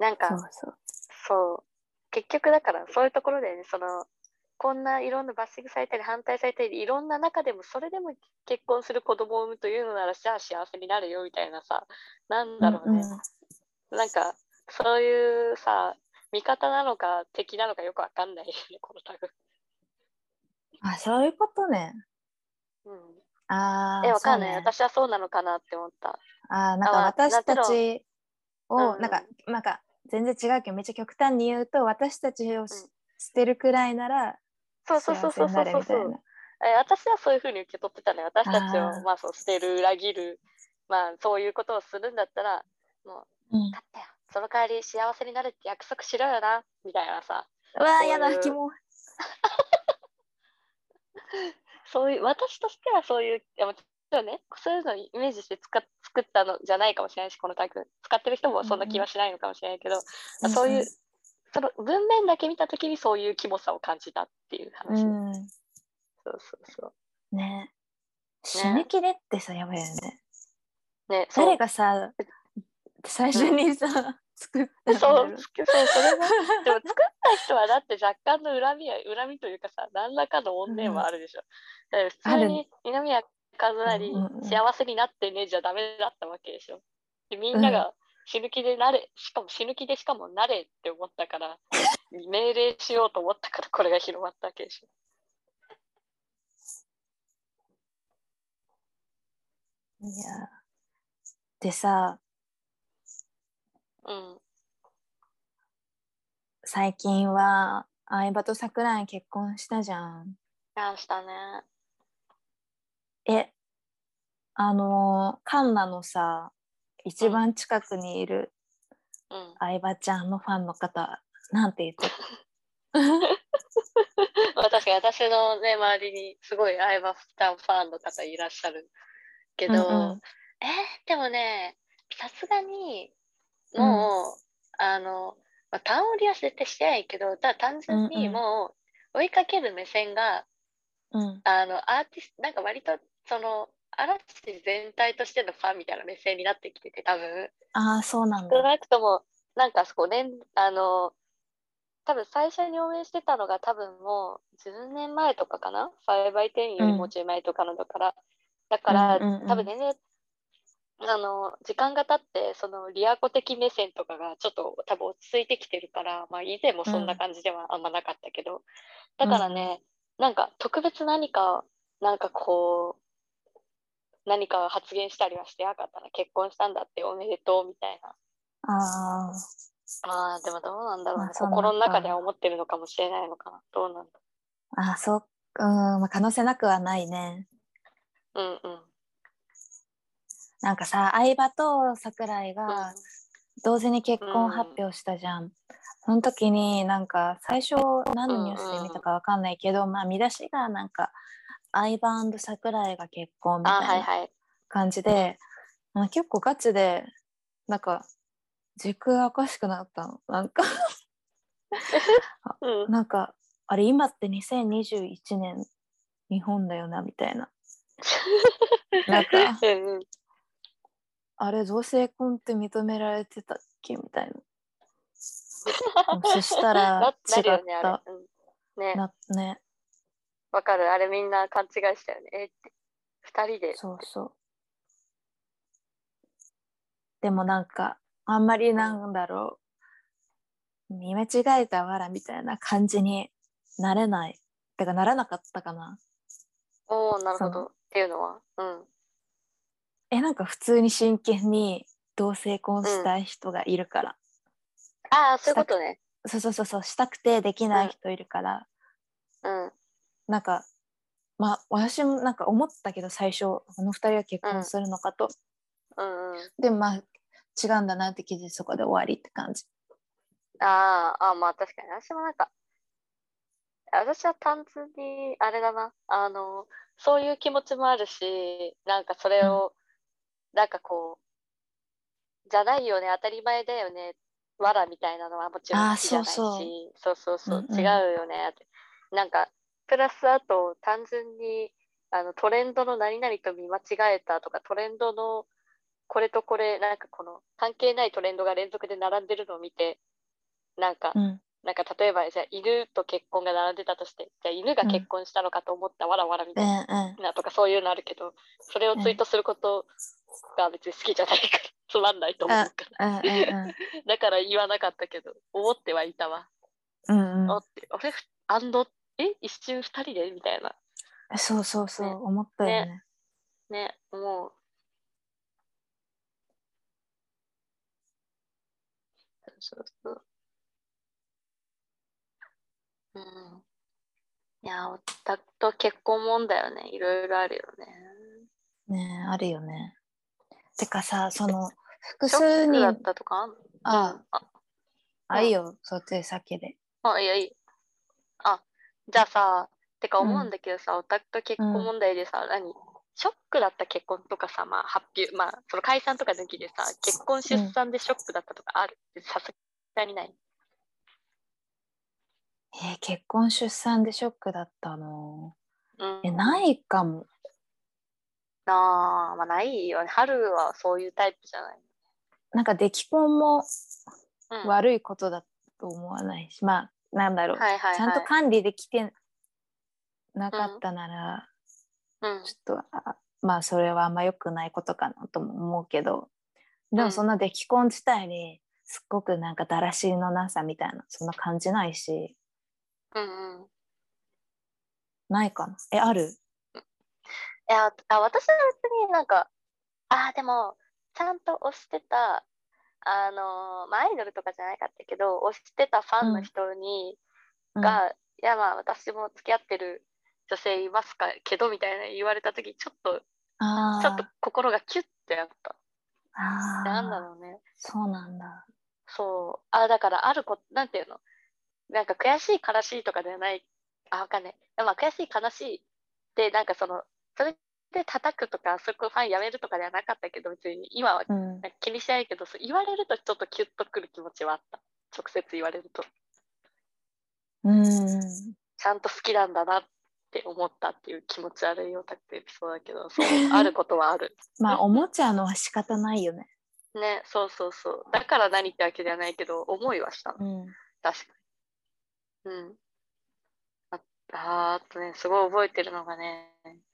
なんか
そうそう
そう。結局だから、そういうところでね、その、こんないろんなバッシングされたり反対されたり、いろんな中でも、それでも結婚する子供を産むというのなら、じゃあ幸せになるよ、みたいなさ、なんだろうね。
うんうん
なんか、そういうさ、味方なのか敵なのかよくわかんないよね、このタグ。
あそういうことね
うん、
あー
え、わかんない、
そうね
私はそうなのかなって思った。
あーなん
あ
か私た
もちろ
ち
うん
を
うん
なんかなんか全然違うけどめっちゃ極端に言うと私たちをし
うん
捨てるくらいなら
そうそうそ
幸
う
せ
そう
に
そ
な
う
れ
そう
みた
そ
いうな。
えー私はそういうふうに受け取ってたね私たちを
あー
まあそう捨てる裏切るまあそういうことをするんだったらも
うん
う勝ったよその代わり幸せになるって約束しろよなみたいなさ
うわ
そ
ー
う
やだ
いう
キモ
そういう私としてはそういういやもちろんねそういうのをイメージして使っ作ったのじゃないかもしれないしこのタグ使ってる人もそんな気はしないのかもしれないけど、まあそういうその文面だけ見た時にそういうキモさを感じたっていう話。
うん。
そうそうそう。
ね。締め切れってさ、やばいよね。
ね、そう
誰がさ、最初にさ、作 [LAUGHS] ったんだ
そ
ろ
う、つくそう、それも。でも作った人はだって若干の恨みや、恨みというかさ、何らかの怨念はあるでしょ。だから普通に二宮和也
うんうんうん
幸せになってねじゃダメだったわけでしょ。でみんなが死ぬ気でなれ、しかも死ぬ気でしかもなれって思ったから、 [LAUGHS] 命令しようと思ったからこれが広まったわけでしょ。
いや。でさ、
うん。
最近は、相葉と桜井結婚したじゃん。
ああ、したね。
え、あのー、カンナのさ、一番近くにいる
うん。
相葉ちゃんのファンの方、なんて言って
まあ確かに私のね、周りにすごい相葉さんファンの方いらっしゃるけど、
うんうん
えーでもね、さすがに、もう、あの、まあ、単折りは絶対してないけど、ただ単純
うんう
に
ん
もう、追いかける目線が、
た。うん。
あの、アーティスト、なんか割と、その、嵐全体としてのファンみたいな目線になってきてて、多分
ああ、そうなん
少
だ。
なくとも、なんかそこね、あの、多分最初に応援してたのが多分もう10年前とかかな ?5x10 よりも10前とかのだから、だから、
うんうんうん
多分全然、あの、時間が経って、そのリアコ的目線とかがちょっと多分落ち着いてきてるから、まあ以前もそんな感じではあんまなかったけど、だからね、なんか特別何か、なんかこう、何か発言したりはしてなかったな、結婚したんだっておめでとうみたいな。
ああ、
ああ、でもどうなんだろうね
まあ。そうなんだ
心の中では思ってるのかもしれないのかな。どうなんだ
ああ、そう、うん、まあ可能性なくはないね。
うんうん。
なんかさ、相葉と桜井が同時に結
う
婚
ん
発表したじゃん。その時になんか最初何のニュースで見たかわかんないけど、まあ見出しがなんか相葉桜井が結婚み
ああ、
た
はいい
な
はい。
感じで、あの結構ガチでなんか時空おかしくなったの。なんか [LAUGHS]
うん。
なんかあれ今って2021年日本だよなみたい
[LAUGHS]
な。なんか
うんうん。
あれ同性婚って認められてたっけみたい
[LAUGHS]
な。そしたら
な
違
な
っ
るよね、あ
た。
れ。うん、ね、
なね、
わかる。あれみんな勘違いしたよね。えって。二人で。
そうそう。でもなんかあんまりなんだろう見間違えたわらみたいな感じになれない。てかならなかったかな。
おおなるほ
そ
ど。っていうのは。うん。
えなんか普通に真剣に同性婚したい人がいるから、
ああ、そういうことね。
そうそうそうそうしたくてできない人いるから、
うん。
なんかまあ私もなんか思ったけど最初この2人は結婚するのかと、
うんうん。
でもまあ違うんだなって記事そこで終わりって感じ。
ああ、あーまあ確かに、私もなんか、私は単純に、あれだな、あの、そういう気持ちもあるし、なんかそれを、なんかこう、じゃないよね、当たり前だよね、わらみたいなのはもちろん
あー
好きじゃないし、
そう
そうそうそう
うんうん
違うよね、ってなんか、プラスあと、単純に、あの、トレンドの何々と見間違えたとか、トレンドの、これとこれ、なんかこの関係ないトレンドが連続で並んでるのを見て、なんか、
うん
なんか例えば、じゃあ犬と結婚が並んでたとして、じゃあ犬が結婚したのかと思ったわらわらみ
う
た
ん
い
うん、
なとかそういうのあるけど、それをツイートすることが別に好きじゃないから、 [LAUGHS] つまんないと思うから。
うんうん
だから言わなかったけど、思ってはいたわ。 [LAUGHS]
うん、うん
あって、あれ、ふあんの、え、一瞬二人でみたいな。
そうそうそう、
ね
思ったよね
ね、もう。そうそうそう。うん。いや、オタクと結婚もんだよね。いろいろあるよね。
ねあるよねてかさその複
ショッ
数
クだ
人
ったとかあんの
あ
あ
あいいよそっち先で
あ、いや、いい。あ、じゃあさ、てか
うん
思うんだけどさ、オタクと結婚問題でさ、何ショックだった結婚とかさ、まあ、発表、まあ、その解散とか抜きでさ、結婚出産でショックだったとかあるってさすがにない。
えー結婚出産でショックだったの。
うん
え、ないかも。
なあ、まあ、ないよね。春はそういうタイプじゃない。
なんか出来婚も
うん、
悪いことだと思わないし、まあなんだろう、
はいはいはい。
ちゃんと管理できてなかったなら、
うん
ちょっとあまあそれはあんま良くないことかなとも思うけどで
う
も
ん
そんな出来婚自体にすっごくなんかだらしのなさみたいなそんな感じないし
うんうん。い
ないかなえある
や、あ私は別になんか、ああ、でも、ちゃんと推してた、あのーまあ、アイドルとかじゃなかったけど、推してたファンの人に、
うん
が、いや、まあ、私も付き合ってる女性いますかけど、みたいな言われたとき、ちょっと、
あ
ちょっと心がキュッてなった。
あ
なんだろうね。
そうなんだ
そう。あ、だから、あるこ、なんていうのなんか悔しい、悲しいとかではない。あ、わかんない。でもまあ、悔しい、悲しいで、なんかその、それで叩くとか、そこファンやめるとかではなかったけど、別に今は
うん
なんか気にしないけど、そう言われるとちょっとキュッとくる気持ちはあった。直接言われると。
うん
ちゃんと好きなんだなって思ったっていう気持ち悪いオタクエピソードだけど、そう、あることはある。
まあおもちゃのは仕方ないよね
ね、そうそうそう。だから何ってわけではないけど、思いはした。
うん
確かに。うん。ああーあとね、すごい覚えてるのがね、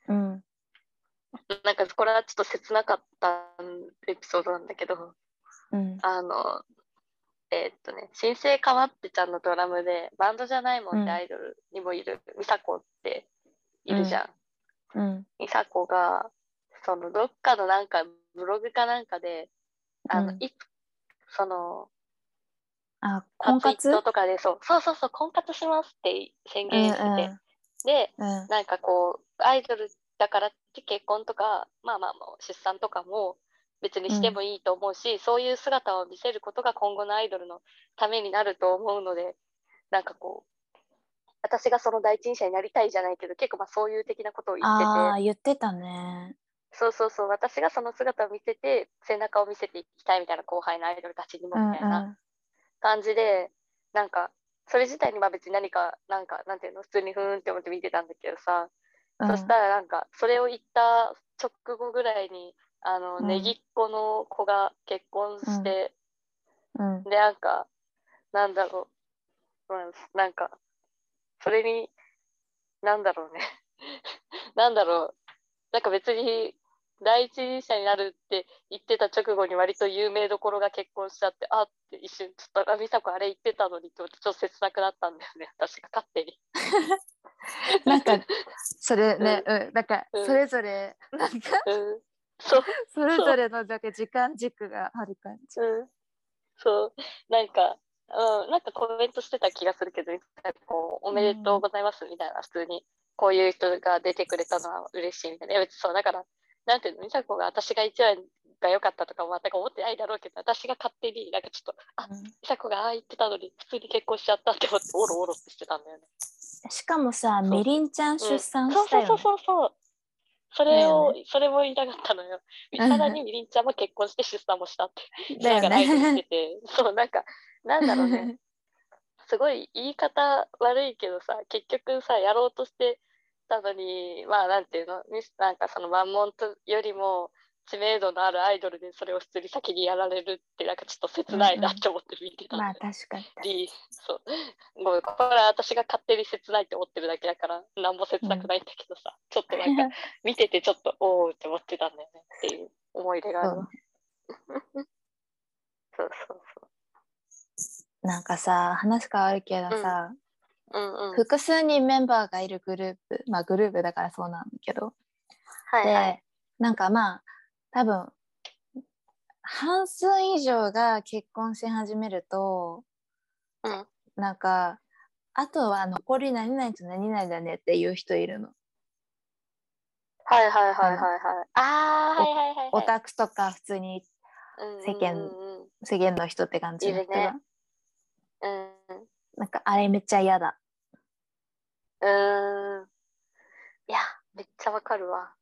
うん
なんかこれはちょっと切なかったエピソードなんだけど、
うん
あの、えーっとね、新生かまってちゃんのドラムで、バンドじゃないもんっ
うん
てアイドルにもいる、ミサコっているじゃん。
うん
ミサコが、そのどっかのなんかブログかなんかで、あ
う
の、
ん
いつ、その、
あ婚活
ツイッターとかでそうそうそうそう、婚活しますって宣
うん
言してて、で、
うん
なんかこうアイドルだからって結婚とかまあまあもう出産とかも別にしてもいいと思うし、そういう姿を見せることが今後のアイドルのためになると思うのでなんかこう私がその第一人者になりたいじゃないけど結構まあそういう的なことを言って
ああ
て
言ってたね
そうそうそう私がその姿を見せて背中を見せていきたいみたいな後輩のアイドルたちにも
うん
みたいな。
うん
感じでなんかそれ自体にまあ別に何かなんかなんていうの普通にふーんって思って見てたんだけどさ、そしたらなんかそれを言った直後ぐらいにあの、
うん
ねぎっ子の子が結婚して、
うんうん
でなんかなんだろう、うん、なんかそれになんだろうね [LAUGHS] なんだろうなんか別に第一人者になるって言ってた直後に割と有名どころが結婚しちゃってあって一瞬ちょっとあ美佐子あれ言ってたのにって思ってちょっと切なくなったんだよね私が勝手に。
なんか [LAUGHS] それね、うん、だから
うん
それぞれ、なん [LAUGHS] か
うんそう
それぞれのだけ時間軸がある感じ。
うんそう、なんか、うん、なんかコメントしてた気がするけど、なんかこうおめでとうございますみたいな、普通に、こういう人が出てくれたのは嬉しいみたいな。いや別にそう、だから、なんていうの、美佐子が私が一番が良かったとかも全く思ってないだろうけど、私が勝手になんかちょっと、あ美佐子がああ言ってたのに、普通に結婚しちゃったって思って、おろおろってしてたんだよね。
しかもさ、
そう
メリンちゃん出産
そう
した
そう
よ、ね
そうそうそう。それ
だ
を、
よ
それも言いたかったの
う
よ。
ん
さらにみりんちゃんも結婚して出産もしたって。
だよね
なんかライブしてて、そう、なんか、なんだろうね。すごい言い方悪いけどさ結局さやろうとしてたのにまあなんていうのミスなんかそのマンモンとよりも知名度のあるアイドルでそれを普通に先にやられるってなんかちょっと切ないなって思って見て
[LAUGHS]
た、
まあ確かに。
りそうもうこれは私が勝手に切ないって思ってるだけだからなんも切なくないんだけどさ、ちょっとなんか見ててちょっとおおって思ってたんだよねっていう思い出がある、
そう
そうそう
なんかさ、話変わるけどさ、
そううんうん
複数人メンバーがいるグループ、まあグループだからそうなんだけど、
はいはい
で、なんかまあ、多分、半数以上が結婚し始めると、
うん
なんか、あとは残り何々と何々だねっていう人いるの。
はいはいはいはいはい。ああ、はいはいはい、はい。
オタクとか普通に世間
うんうんうん
世間の人って感じの人が、
いるねうん。
なんかあれめっちゃ嫌だ
うん。うんいや、めっちゃわかるわ。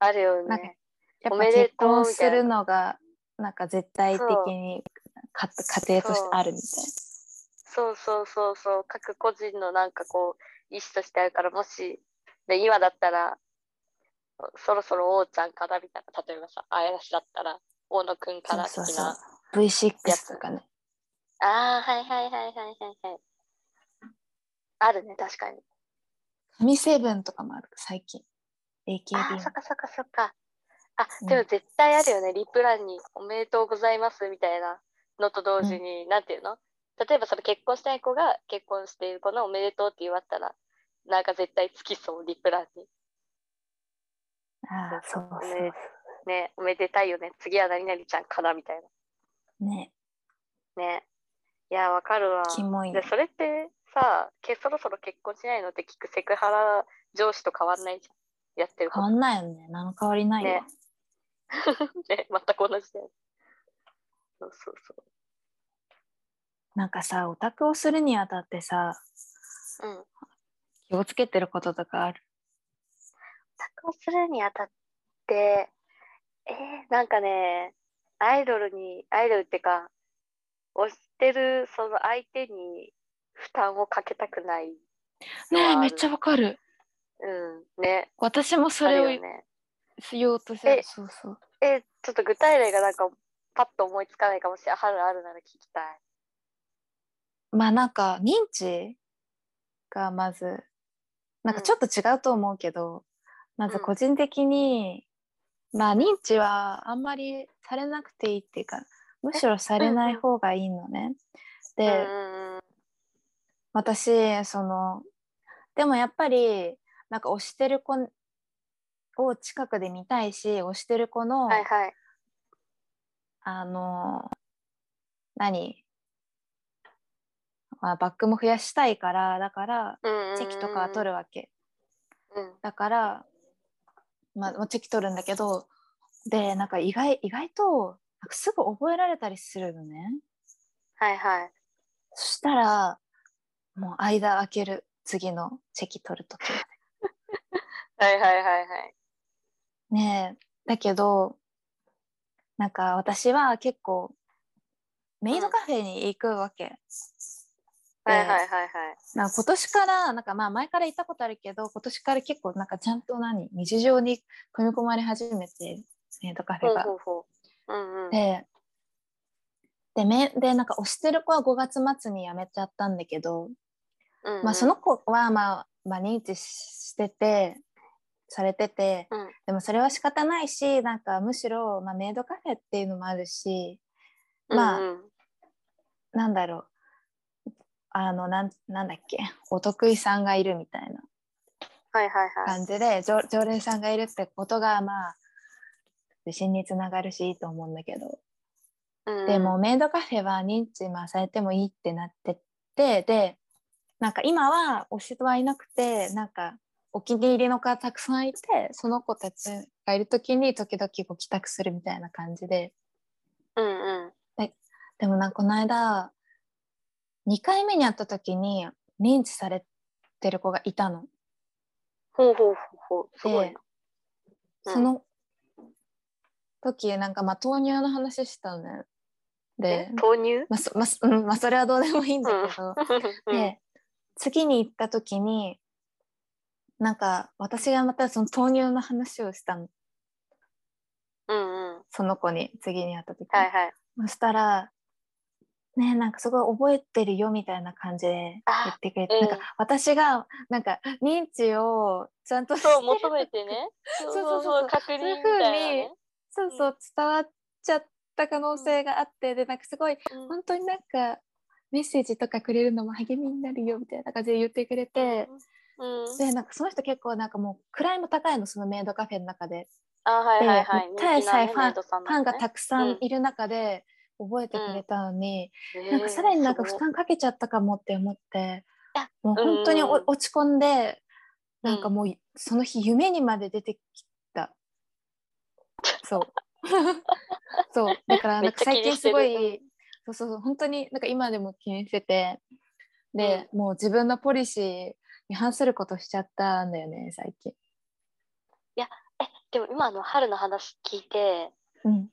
あるよ
なんか
ね。
や
お
っぱ
めで
結
とう
婚
み
す
たいな
るのがなんか絶対的にか家庭としてあるみたい
そうそうそうそう各個人のなんかこう意思としてあるからもしで今だったらそろそろ王ちゃんかなみたいな例えばさ嵐だったら大野くんかな的
そう
な
そうそう。V6 とかね。
ああはいはいはいはいはいはいあるね確かに
神セブンとかもある、最近。
あ
AKB
ー
の
そっかそっかそっかあ
うん
でも絶対あるよね、リプランに「おめでとうございます」みたいなのと同時に、なんていうの例えばその結婚したい子が結婚している子の「おめでとう」って言われたらなんか絶対つきそうリプランに
ああ、そうそ。
おめでねおめでたいよね次は何々ちゃんかなみたいう
ね。
なねいやわかるわ
キモい
で。それってさけそろそろ結婚しないのって聞くセクハラ上司と変わんないじゃんやってるこ
変わんないよね。何も変わりないよ
ね。とね [LAUGHS] 全く同じだよそうそうそう
なんかさ、オタクをするにあたってさ、
うん。
気をつけてることとかある。
をするにあたって、えーなんかね、アイドルに、アイドルってか、推してるその相手に負担をかけたくない。
ね
あ
え、
る
めっちゃわかる。
うん、ね。
私もそれ
あ
を
るよね。
言おうとしてる。
え
そうそう。
えーちょっと具体例がなんか、パッと思いつかないかもしれない。あるあるなら聞きたい。
まあなんか、認知がまず、なんかちょっと違うと思うけど、まず個人的に、まあ認知はあんまりされなくていいっていうか、むしろされない方がいいのね。で、
うんうん
私そのでもやっぱりなんか推してる子を近くで見たいし推してる子の、
うん。はいはい。
あの何、まあ、バックも増やしたいからだから
うんうんうん
チェキとかは取るわけ
うん。
だから、まあ、もうチェキ取るんだけどでなんか意外意外となんかすぐ覚えられたりするのね
はいはい。
そしたらもう間空ける次のチェキ取る時は。
はいはいはいはい。
ねえだけどなんか私は結構メイドカフェに行くわけ、
はいはい
で
はいはい。
なんか今年からなんかまあ前から行ったことあるけど今年から結構なんかちゃんと何日常に組み込まれ始めてメイドカフ
ほ
ェ
う
が。
ほうほう。うんうん。
ででめでなんか推してる子は5月末に辞めちゃったんだけど、
うんうん
まあ、その、子は、まあ、まあ認知しててされてて、
うん
でもそれは仕方ないしなんかむしろ、まあ、メイドカフェっていうのもあるしまあ
うんうん
なんだろうあのなんなんだっけお得意さんがいるみたいな
はいはいは
感
い。
じで常常連さんがいるってことがまあ自信につながるしいいと思うんだけど、
うんうん
でも、メイドカフェは認知、まあ、されてもいいってなってってでなんか今は推しはいなくてなんかお気に入りの子がたくさんいてその子たちがいる時に時々ご帰宅するみたいな感じで。
うんうん。
でもなんかこの間2回目に会った時に認知されてる子がいたの。
ほうほうほうほう。すごい
で
な。うん
その時なんかまあ糖尿の話したのね。で
え、 [LAUGHS] 豆乳
まあそまあそうんまあ、それはどうでもいいんだけど、
うん
で次に行った時になんか私がまたその糖尿の話をしたの
うんうん。
その子に次に会った時に。
はいはい。
そしたら、ね、なんかすごい覚えてるよみたいな感じで言
あ
ってくれて、
うん
なんか私がなんか認知をちゃんとして
そう、求めてね。そうそ
そ
う
うそうそ
そうう、確認み
そう
た
い
いうなね。
そうそう伝わっちゃった可能性があって、でなんかすごい
うん
本当になんかメッセージとかくれるのも励みになるよみたいな感じで言ってくれて、
うん。
でなんかその人結構なんかもう位も高いのそのメイドカフェの中で
あ、はいはいは
で
い。
絶え絶えファン
フ
ファンがたくさ
うん
んいる中で覚えてくれたのに、
え
なんかさらになんか負
す
担かけちゃったかもって思って
あ
もう本当にお
うん
落ち込んで
うん
なんかもうその日夢にまで出てきたそう [LAUGHS] そうだからなんか
めっちゃ
最
気
近
にして
す
る
ごいそうそうそう本当になんか今でも気にしててで、もう自分のポリシーに反することしちゃったんだよね最近、
ごいえ、でも今の春の話聞いて、
うん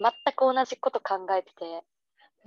全く同じこと考えてて、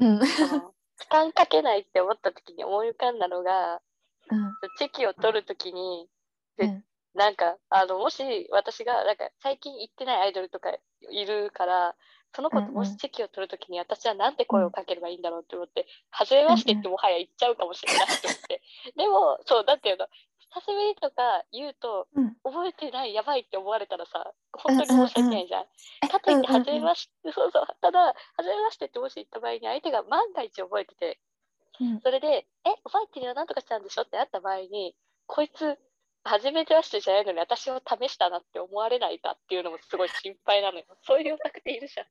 うん、
その [LAUGHS] 時間かけないって思った時に思い浮かんだのが、
うん
チェキを取る時に、
う
で
ん
なんか、あの、もし私が、なんか、最近行ってないアイドルとかいるから、その子
うんう
と
ん
もしチェキを取るときに、私はなんて声をかければいいんだろうって思って、初めましてってもはや言っちゃうかもしれないって思って。 [LAUGHS] でも、そう、なんていうの、久しぶりとか言うと、
うん
覚えてない、やばいって思われたらさ、本当に申し訳ないじゃん。かといって、初めまして、そうそう、ただ、初めましてってもし言った場合に、相手が万が一覚えてて、
うん
それで、え、覚えてるよ、なんとかしたんでしょってなった場合に、こいつ、初めてはしてじゃないのに、私を試したなって思われないかっていうのもすごい心配なのよ。そういうオタクっているじゃん。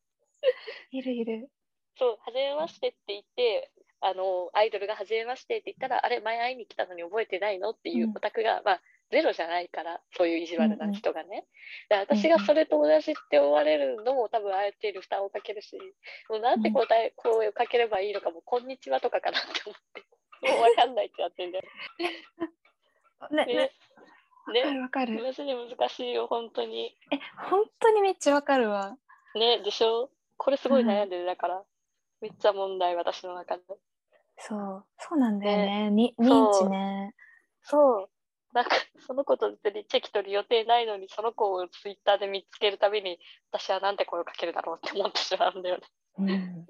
いるいる。
そう、初めましてって言って、あの、アイドルが初めましてって言ったら、あれ、前会いに来たのに覚えてないのっていう
うん
オタクが、まあ、ゼロじゃないから、そういう意地悪
うんう
なん人がね。で私がそれと同じって思われるのも、多分、あえている負担をかけるし、もうなんて答え、声をかければいいのかも、こんにちはとかかなって思って、もうわかんないってなってん [LAUGHS] だよ。
ねね
ね。ね。
わかるわかる。
マジで難しいよ、本当に。
え本当にめっちゃわかるわ。
ね、でしょこれすごい悩んでる、だから。めっちゃ問題、私の中で。
そうそうなんだよね。に認知ね。
そう。なんか、その子と別にチェキ取る予定ないのに、その子をツイッターで見つけるたびに、私はなんて声をかけるだろうって思ってしまうんだよね。 [LAUGHS]
うん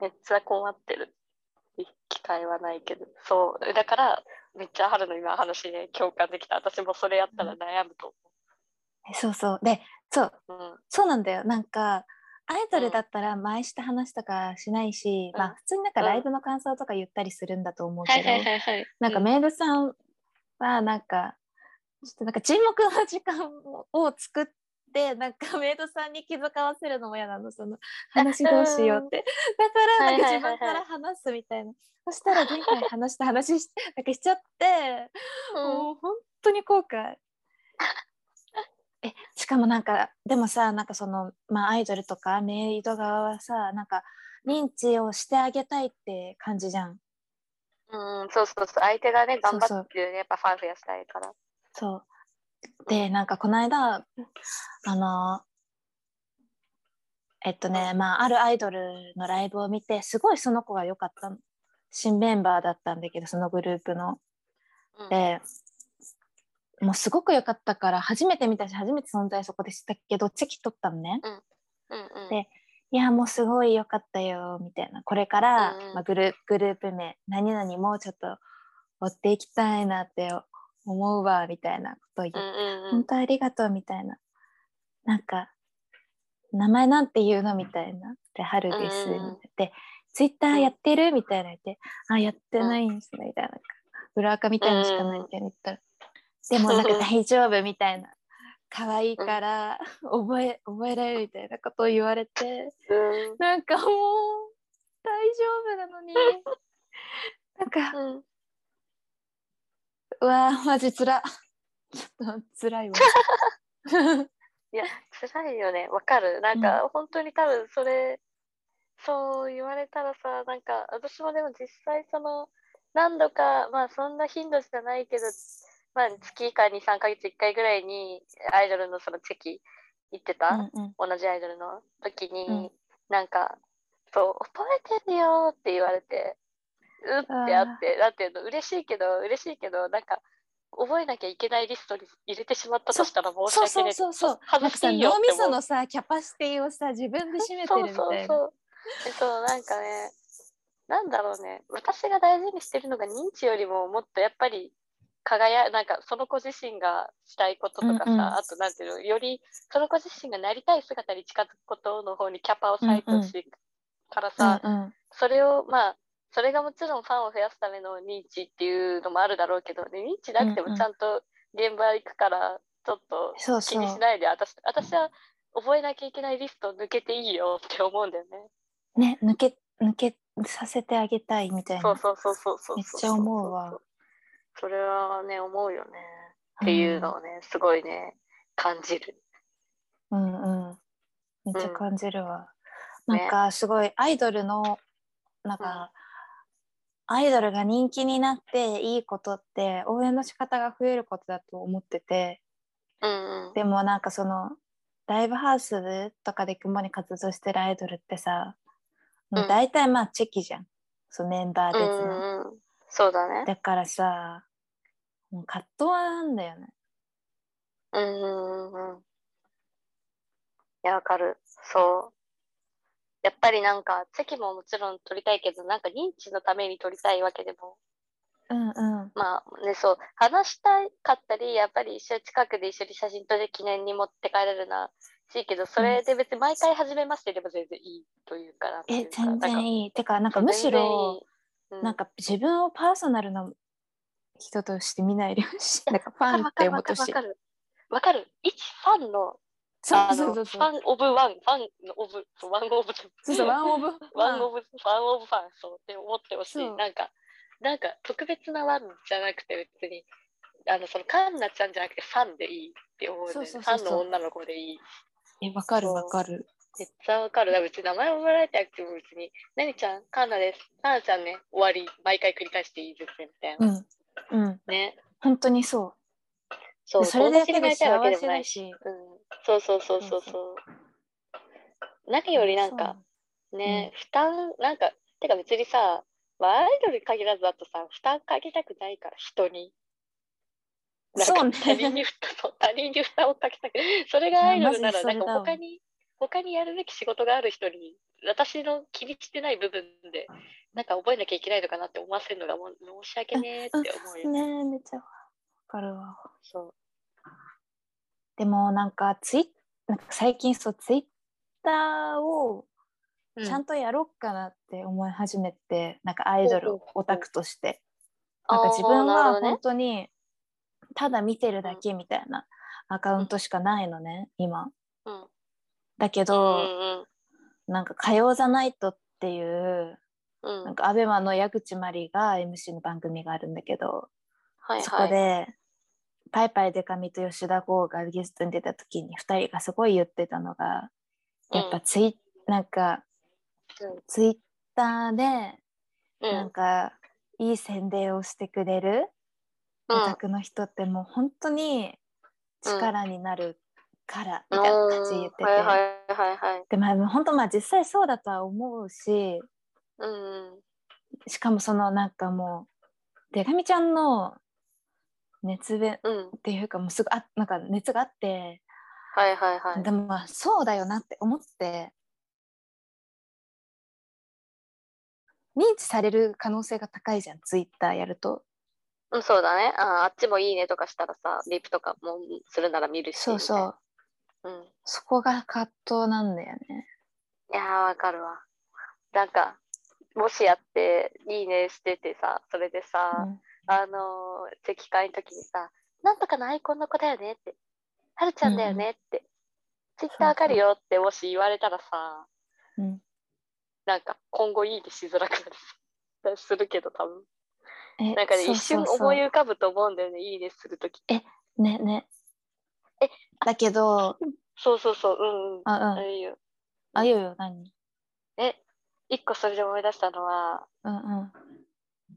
めっちゃ困ってる。機会はないけど。そう。だから、めっちゃ春の今話ね、共感できた。私もそれやったら悩むと
えそうそうでそう
思う。
そうなんだよなんかアイドルだったら前した話とかしないし、
うん
まあ普通になんかライブの感想とか言ったりするんだと思うけど、
いはい。
なんかメイドさんはなんかちょっとなんか沈黙の時間を作って [LAUGHS] なんかメイドさんに気遣わせるのも嫌なのその話どうしようってだからなんか
はい
自
はいはいは
分
い
から話すみたいな、そしたら前回話した話しなんかしちゃってもう本当に後
[LAUGHS]
悔。えしかもなんかでもさなんかその、まあ、アイドルとかメイド側はさなんか認知をしてあげたいって感じじゃん。
うん、うん、そうそうそう。相手がね、
そうそ
頑
う
張ってるね、やっぱファン増やしたいから。
そうでなんかこの間あのえっとね、まあ、あるアイドルのライブを見てすごいその子が良かったの新メンバーだったんだけどそのグループの。
うん、
でもうすごく良かったから初めて見たし初めて存在そこでしたけどチェキ取ったのね。
うんうん、
でいやもうすごい良かったよみたいなこれから、
うんうん
まあ、グルグループ名何々もうちょっと追っていきたいなって思うわみたいなことを言って
うんうんうん
本当ありがとうみたいな。なんか、名前なんて言うのみたいな。で、春です。
うん
みたいなで、ツイッターやってるみたいな言って、あ、やってないんですね。みたいな。裏垢みたいなのしかないみたいな言ったら。でもなんか大丈夫みたいな。可愛いから、覚え、覚えられるみたいなことを言われて、
う
なんかもう、大丈夫なのに。なんか、
んうん
うわー、マジつら。ちょっとつ
[LAUGHS]
らいわ。
いや辛いよねわかるなんか、本当に多分それそう言われたらさなんか私もでも実際その何度かまあそんな頻度じゃないけど、まあ、月か23ヶ月1回ぐらいにアイドルのそのチェキ行ってた、
うんうん
同じアイドルの時に、
うん
なんか「そう覚えてるよ」って言われてうって
あー
あってだって嬉しいけど嬉しいけどなんか覚えなきゃいけないリストに入れてしまったとしたら申し
そう
訳
そ
な
う
い
そうそう。なん
外
か
して
さ
いいよっ
脳
て
みそ
思う
のさキャパシティをさ自分で占めて
そ
る
う
み
そ
た
う
いな。
そうえそうなんかねなんだろうね私が大事にしてるのが認知よりももっとやっぱり輝なんかその子自身がしたいこととか
う
さ、
んうん
あとなんていうのよりその子自身がなりたい姿に近づくことの方にキャパを割いてほしいからさ、
うん
それをまあそれがもちろんファンを増やすための認知っていうのもあるだろうけど、ね、認知なくて
うんう
も
ん
ちゃんと現場行くからちょっと
そう
気
そ
にし
う。
ないで私私は覚えなきゃいけないリスト抜けていいよって思うんだよね。
ね抜け抜けさせてあげたいみたいな。
そうそうそうそうそうそう。
めっちゃ思うわ。
それはね思うよねっていうのをねすごいね感じる。
うん。うんうん。めっちゃ感じるわ。
うん
なんかすごいアイドルのなんか、アイドルが人気になっていいことって応援の仕方が増えることだと思ってて
うんうん。
でもなんかそのライブハウスとかで共に活動してるアイドルってさ、もう大体まあチェキじゃんそうメンバー別
う
の、
んうん。そうだね。
だからさもう葛藤なんだよね
うんうんうんうん。いや、わかる。そう。やっぱりなんか、席ももちろん取りたいけど、なんか認知のために取りたいわけでも、
うんうん
まあね、そう、話したかったり、やっぱり一緒近くで一緒に写真撮って記念に持って帰れるな、しいけど、それで別に毎回始めましてでも全然いいというかなってい
え
うか。
全然
いい。
いいてかなんかむしろ
全然いい、う
なんか自分をパーソナルな人として見ないでほし
[LAUGHS]
いなんかファンって思
わ
っ
か
てほ
るわ
しい
かる。わかる。一ファンの、
そうそうそう
あ
そう
のファンオブワン、ファンのオブ、そうワンオブ、
そうそうワンオブ
ワンオブ、ファンオブファン、そうって思ってほし
そ
い。
う
なんか、なんか特別なワンじゃなくて、別に、あの、そのカンナちゃんじゃなくて、ファンでいいって思うんだよね
そうそう
フ
そう
ァ
そ
ン
う
の女の子でいい。
えわかるわかる
めっちゃわかる。だから別に名前覚えられてなくても別に、なにちゃん、カンナです。カンナちゃんね、終わり、毎回繰り返していいですね、みたいな。
うんうん
ね。
本当にそう
そう、
それだ
友達
け
にな
で
りたいわけ
幸
でも
せ
ない
だ
し。
し
うん、そうそうそうそうそう。何よりなんか、ね、負担、なんか、てか別にさ、まあ、アイドルに限らずだとさ、負担かけたくないから、人に。なんか
そうね
他人に負担そう他人に負担をかけたくそれがアイドルなら、
いやマジで
なん
それだ
か
わ
他に、他にやるべき仕事がある人に、私の気にしてない部分で、なんか覚えなきゃいけないのかなって思わせるのがもう申し訳ねーって思うよ。
ねえめっちゃわかるわ
そう。
でもなんかツイなんか最近そうツイッターをちゃんとやろうかなって思い始めて、なんかアイドル
ほうほうほう
オタクとして
あー
なんか自分
なるほ
は
どね
本当にただ見てるだけみたいなアカウントしかないのね今
うん。
だけ
うん
ど、
うん
なんか「火曜ザナイト」っていう
うん。
なんかアベマの矢口まりが MC の番組があるんだけど、
はいはい、
そこで「パイパイデカミ」と吉田剛がゲストに出た時に2人がすごい言ってたのがやっぱツイ、なんか
うん
ツイッターで
うん、
なんかいい宣伝をしてくれる
う
オ
ん
タクの人ってもう本当に力になるからみ
うん
たいな感じで言ってて、
はいはいはいはい。
でまあ本当まあ実際そうだとは思うし
うんうん。
しかもそのなんかもうでかみちゃんの熱弁
うん。
っていうかもうすぐあなんか熱があって、
はいはいはい。
でもまあそうだよなって思って認知される可能性が高いじゃんツイッターやると。
うん、そうだね。あーあっちもいいねとかしたらさ、リプとかもするなら見るし。
そうそう
みたいな。うん。
そこが葛藤なんだよね。
いやー、わかるわ。なんか、もしやって、いいねしててさ、それでさ、あのー、席会の時にさ、なんとかのアイコンの子だよねって、はるちゃんだよねって、ツイッターわかるよってもし言われたらさ、
うんうん
なんか今後いいでしづらくなる。 [LAUGHS] するけど多分。
え
なんかね、
そう
一瞬
そうそう
思い浮かぶと思うんだよね、いいねするとき。
ねね。
え
だけど、
そうそうそう、うんうん。
あ、う
あ
ん、
いいよ。
あ、いいよよ、何
え、一個それで思い出したのは、
うんうん。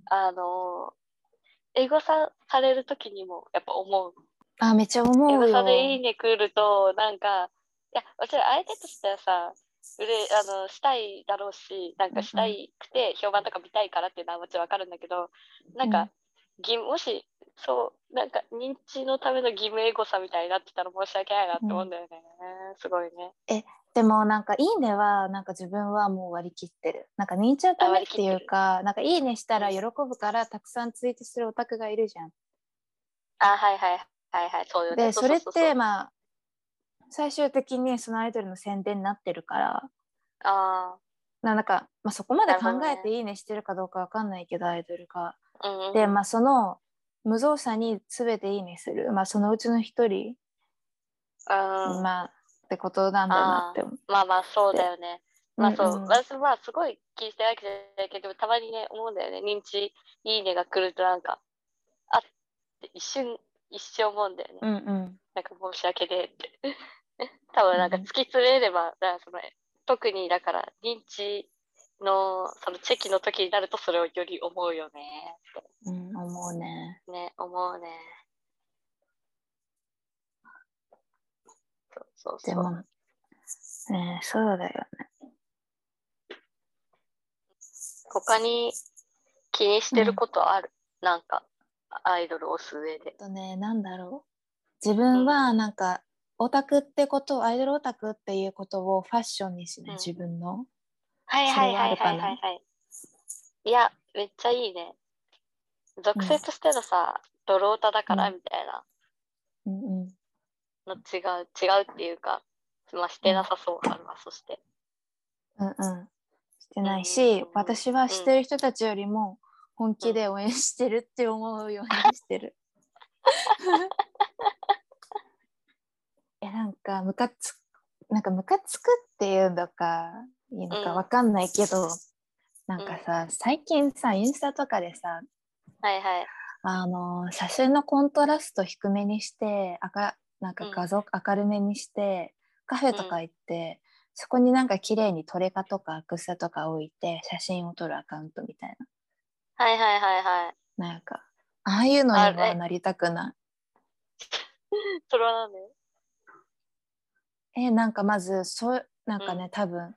あのー、エゴサされるときにもやっぱ思う。
あ、めっちゃ思
エ
う
ゴ
よ。
サでいいね来ると、なんか、いや、私は相手としてはさ、うれあのしたいだろうし、なんかしたいくて、評判とか見たいからっていうのはもちろんわかるんだけど、なん
うん
か、義務もし、そう、なんか認知のための義務エゴサみたいになってたら申し訳ないなって思うんだよね。すごいね。
でもなんか「いいね」はなんか自分はもう割り切ってるなんか認知のためっていうか「なんかいいね」したら喜ぶからたくさんツイートするオタクがいるじゃん。
あ、はいはいはいはい、そうよね。
で
う
それっ
うう
てまあ最終的にそのアイドルの宣伝になってるから
あ
ななんか、まあ、そこまで
なるほ
考
どね
えて「いいね」してるかどうかわかんないけどアイドルが。
あ、うんうん、
でまあその無造作に全て「いいね」する、まあ、そのうちの一人、
うんま
まあってことなんだなって思う。
あまあそうだよね。まあそう、
んん
私まあすごい気にしてるわけじゃないけど、たまにね、思うんだよね。認知、いいねが来るとなんか、あって一瞬、一瞬思うんだよね。
うんうん
なんか申し訳ねえって。 [LAUGHS] 多分なんか突き詰めれば、だからその特にだから認知のそのチェキの時になるとそれをより思うよね。
うん、思うね。
ね、思うね。そうそうそう。
でも、ね、そうだよね。
他に気にしてることある、なんかアイドルをす上で
えっ。とね、なんだろう。自分はなんか、オタクってことを、アイドルオタクっていうことをファッションにしない、
うん
自分の。
はいはいはいはい
それは
は
ある
い、はい。いや、めっちゃいいね。属性としてのさ、ドロータだから
うん
みたいな
うんうん。
の違う、違うっていうか、まあ、してなさそう、春は、そして。
うんうん。してない
うんうん
し
うん、
私はしてる人たちよりも本気で応援してるって思うようにして [LAUGHS] る。いやなんかムカつなんかムカつくっていうのかいいのか
うん
わかんないけど、なんかさ最近さインスタとかでさ
はいはい。
あの写真のコントラスト低めにして明なんか画像明るめにして、カフェとか行って、そこになんか綺麗にトレカとかアクセとか置いて写真を撮るアカウントみたい
はいはいはいはい。
ななんかああいうのに
あれ
はなりたくな
それはなんで
いえなんかまずそうなんかね、
う
多分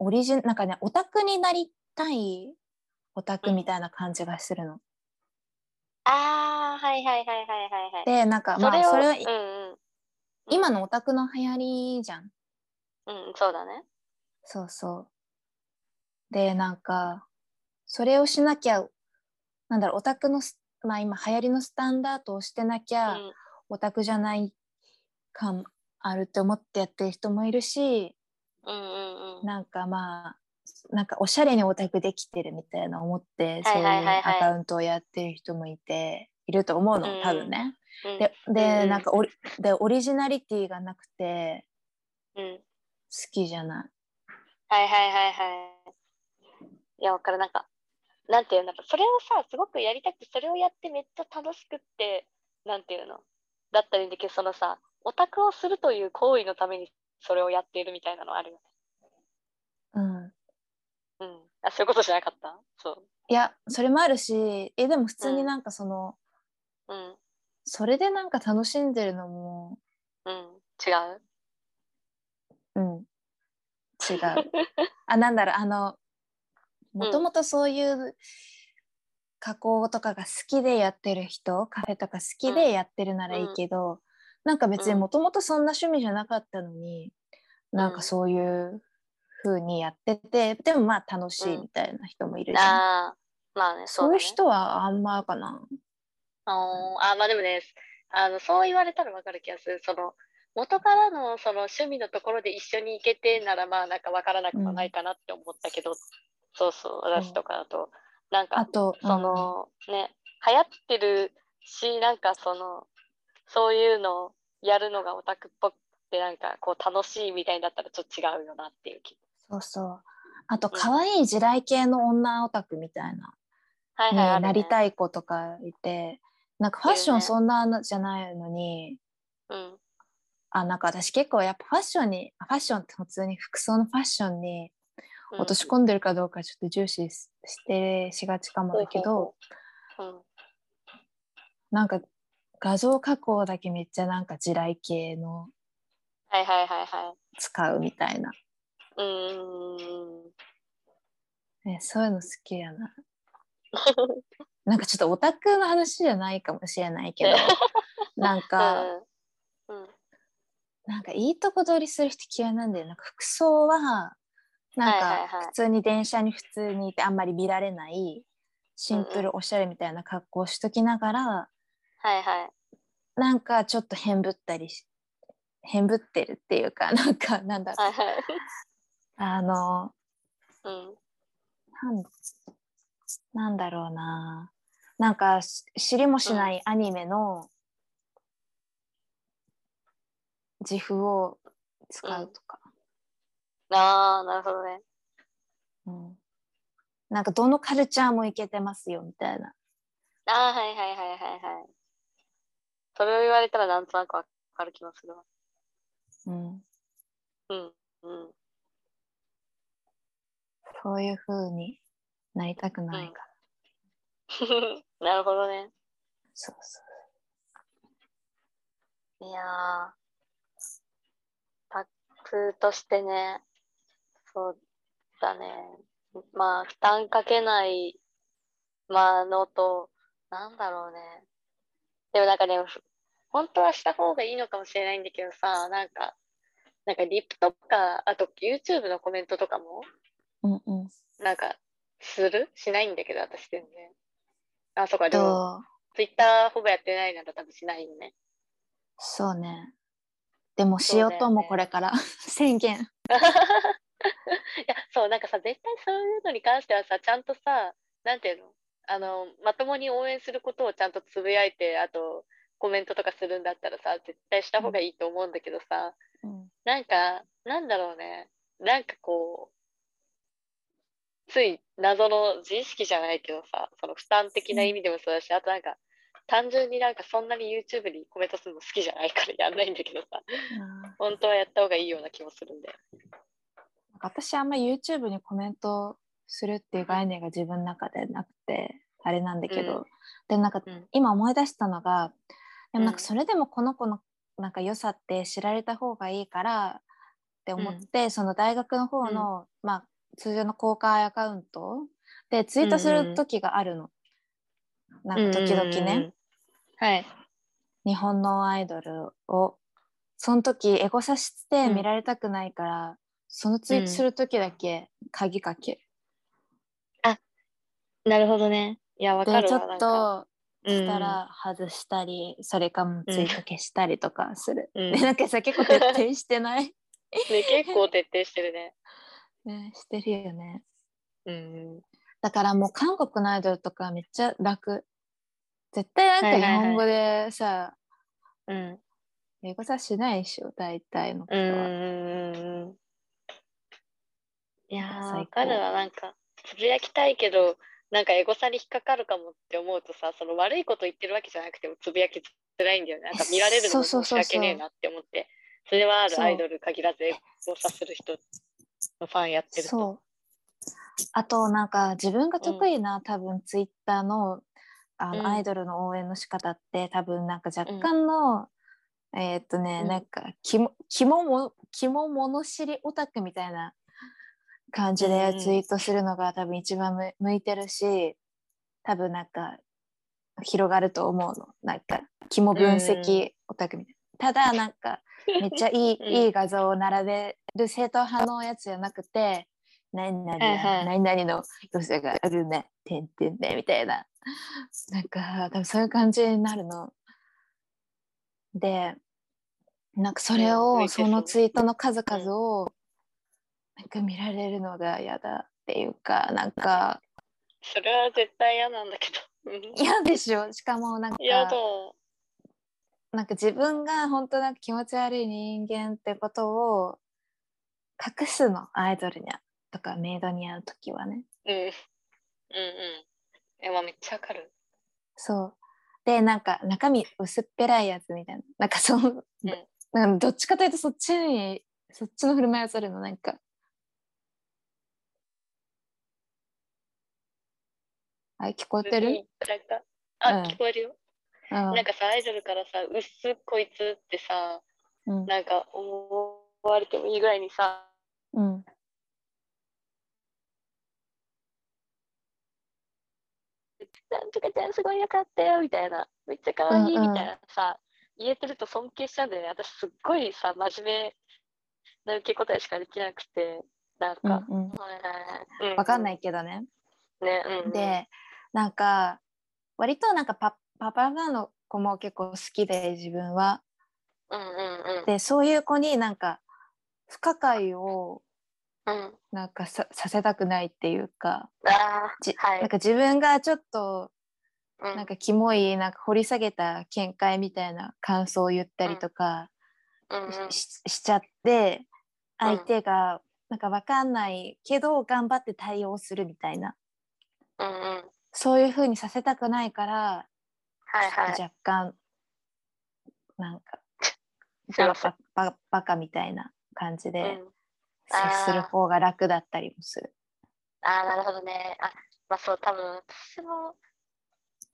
オリジンなんかねオタクになりたいオタクみたいな感じがするの、
ああ、はいはいはいはいはいはい。
でなんかまあそ
そ
れ
れ
は
を、うんうん。
今のオタクの流行りじゃん
うん、そうだね。
そうそう。で、なんか、それをしなきゃ、なんだろう、オタクのス、まあ今流行りのスタンダードをしてなき
う
ゃ、
ん
オタクじゃない感あるって思ってやってる人もいるし、
うんうんうん。
なんかまあ、なんかおしゃれにオタクできてるみたいな思って、
はいはいはいはい
そういうアカウントをやってる人もいて、いると思うの、
うん
多分ね。
うん
で、
うんう
で、
ん
なんかオリ、で、オリジナリティがなくて、
うん。
好きじゃない。
はいはいはいはい。いや、わかる。なんか、なんていうの、なんかそれをさ、すごくやりたくて、それをやってめっちゃ楽しくって、なんていうの、だったりんだけど、そのさ、オタクをするという行為のためにそれをやっているみたいなのあるよね。
うん。
うん。あ、そういうことじゃなかったそ
いやそれもあるしえでも普通
う
に
ん
なんかその、
う。うん。
それでなんか楽しんでるのも
うん。違う
うん違う
[LAUGHS]
あなんだろうあの
ん
もともとそういう加工とかが好きでやってる人カフェとか好きでやってるならいいけど、なんか別に
うん
もともとそんな趣味じゃなかったのに、なんかそういう風にやっててでもまあ楽しいみたいな人もいるじゃん、
ああ、まあね、
そうい
だね
う人はあんまかな
あーあー、まあでもね、あの、そう言われたらわかる気がする。その、元からのその趣味のところで一緒に行けてなら、まあなんかわからなくもないかなって思ったけど、そうそう、私とかだと、なん
あ
か、
と
その、ね、流行ってるし、なんかその、そういうのをやるのがオタクっぽくて、なんかこう楽しいみたいになったらちょっと違うよなっていう気。
そうそう。あと、
うん
可愛い地雷系の女オタクみたいな、
はいはい、あ
になり
い。
たい子とかいて、なんかファッション
いるね
そんなのじゃないのに、
うん。
あ、なんか私結構やっぱファッションに、あファッションって普通に服装のファッションに
うん
落とし込んでるかどうかちょっと重視ししてしがちかもだけど、、
ほうほうほう
なんか画像加工だけめっちゃなんか地雷系の
うん。はいはいはいはい。
使うみたいな。
うーん。
ね、そういうの好きやな。なんかちょっとオタクの話じゃないかもしれない
[LAUGHS]
けど、なんか、
うん、うん、
なんかいいとこ取りする人嫌いなんだよなんか服装はなん
はいはいは
か
い
普通に電車に普通にいてあんまり見られないシンプルおしゃれみたいな格好をしときながら、
はいはい。
なんかちょっと変ぶったりし変ぶってるっていうか [LAUGHS] なんかなんだろう
はいはい。
あの
うん。
なんなんだろうななんかし知りもしないアニメの自負を使うとか。
ああ、なるほどね。
うんなんかどのカルチャーもいけてますよみたいな。
ああ、はいはいはいはいはい。それを言われたらなんとなくわかる気がするわ。
うん、
うん。うん。 [LAUGHS]
そういう風になりたくないか。
うん、なるほどね。
そうそう。
いやー。タックとしてね。そうだね。まあ、負担かけない、まあ、のと、なんだろうね。でもなんかね、ふ本当はした方がいいのかもしれないんだけどさ、なんか、なんかリップとか、あと YouTube のコメントとかも、
うんうん。
なんか、するしないんだけど、私全然。あ、そうか、でも、
と、
Twitter ほぼやってないなら多分しないよね。
そうね。でもしようともこれから、 [LAUGHS] 宣言。
いや、そう、なんかさ、絶対そういうのに関してはさ、ちゃんとさ、なんていうのあの、まともに応援することをちゃんとつぶやいて、あと、コメントとかするんだったらさ、絶対した方がいいと思うんだけどさ、
うん、
なんか、なんだろうね、なんかこう、つい謎の自意識じゃないけどさ、その負担的な意味でもそうだし、あとなんか、単純になんかそんなに YouTube にコメントするの好きじゃないからやんないんだけどさ、
なんか
本当はやった方がいいような気もするんだよ。
私あんま YouTube にコメントするっていう概念が自分の中でなくてあれなんだけど、
うん
でもなんか
うん
今思い出したのが、でもなん
う
か
ん
それでもこの子のなんか良さって知られた方がいいからって思って、その大学の方の、まあ、通常の公開アカウントでツイートする時があるの。なんか時々ね、
うん。はい。
日本のアイドルをその時エゴサして見られたくないから、そのツイートする時だけ鍵かける、
なるほどね。いや、わか
で
る
ちょ
わ。
っ
なんか、
としたら外したり、それかもうツイート消したりとかする、
うん
でなんかさ結構徹底してない [LAUGHS]
うん、ね、結構徹底してるね。
ねしてるよね
うん。
だからもう韓国のアイドルとかめっちゃ楽絶対なんか日本語でさ、
うん。
エゴサしないでしょ大体の人
う
は、
ん。いや
なんか
ー、
最
わ
高
かるわ。なんか、つぶやきたいけど、なんかエゴサに引っかかるかもって思うとさ、その悪いこと言ってるわけじゃなくてもつぶやきづらいんだよね。なんか見られるのも
そうそう
申し
そうそう
訳ねえなって思って。それはあるアイドル限らずエゴサする人のファンやってると。
そうあとなんか自分が得意な、多分ツイッターのあの、
うん
アイドルの応援の仕方って多分なんか若干の、えーっとね、
うん
なんか肝肝も肝物知りオタクみたいな感じ
うん
で
うん、
ツイートするのが多分一番む向いてるし多分なんか広がると思うのなんか肝分析オタクみたいな、ただなんかめっちゃいい
うん
いい画像を並べる正統派のやつじゃなくて何々
はいは
や
い
何々の良さがあるね点々ねみたいななんか多分そういう感じになるの。でなんかそれ
うん向
を
いてそ
そうのツイートの数々をなんか見られるのが嫌だっていうかなんか
それは絶対嫌なんだけ
[LAUGHS]
ど。うん
嫌でしょしかもなんか
嫌だ。
なんか自分が本当なんか気持ち悪い人間ってことを隠すのアイドルにゃとかメイドに会う時はね
うん。うんうん。え、まあ、めっちゃわかる。
そうでなんか中身薄っぺらいやつみたいななんかその、なんかどっちかというとそっちにそっちの振る舞いをするのなんかあれ聞こえて
い
る
いなんかあ、
うん
聞こえるよ。
うん
なんかさ、アイドルからさ、うっすこいつってさ、
うん
なんか思われてもいいぐらいにさ、
うん
なんとかちゃんすごいよかったよみたいな、めっちゃ可愛いみたいなさ、言えてると尊敬しちゃうんだよね。私、すっごいさ、真面目な受け答えしかできなくて、なんか、
う
わ
んうん
うん
わかんないけどね、
ね。うんうん、
でなんか割となんかパパパマの子も結構好きで自分は
うんうん
でそういう子になんか不可解を
うん。うん
なんかささせたくないっていうか
あ
じ、
はい
なんか自分がちょっと
ー、うん
なんかキモいなんか掘り下げた見解みたいな感想を言ったりとか
うんうん
し,、しちゃって
うん
相手がなんかわかんないけど頑張って対応するみたいな
うんうん。
そういう風にさせたくないから
はいはい。
若干なんか
[LAUGHS] すい
バ
ません
カババカみたいな感じ
う
で
ん、
接する方が楽だったりもする。
ああ、なるほどね。あ、まあそう、多分私も、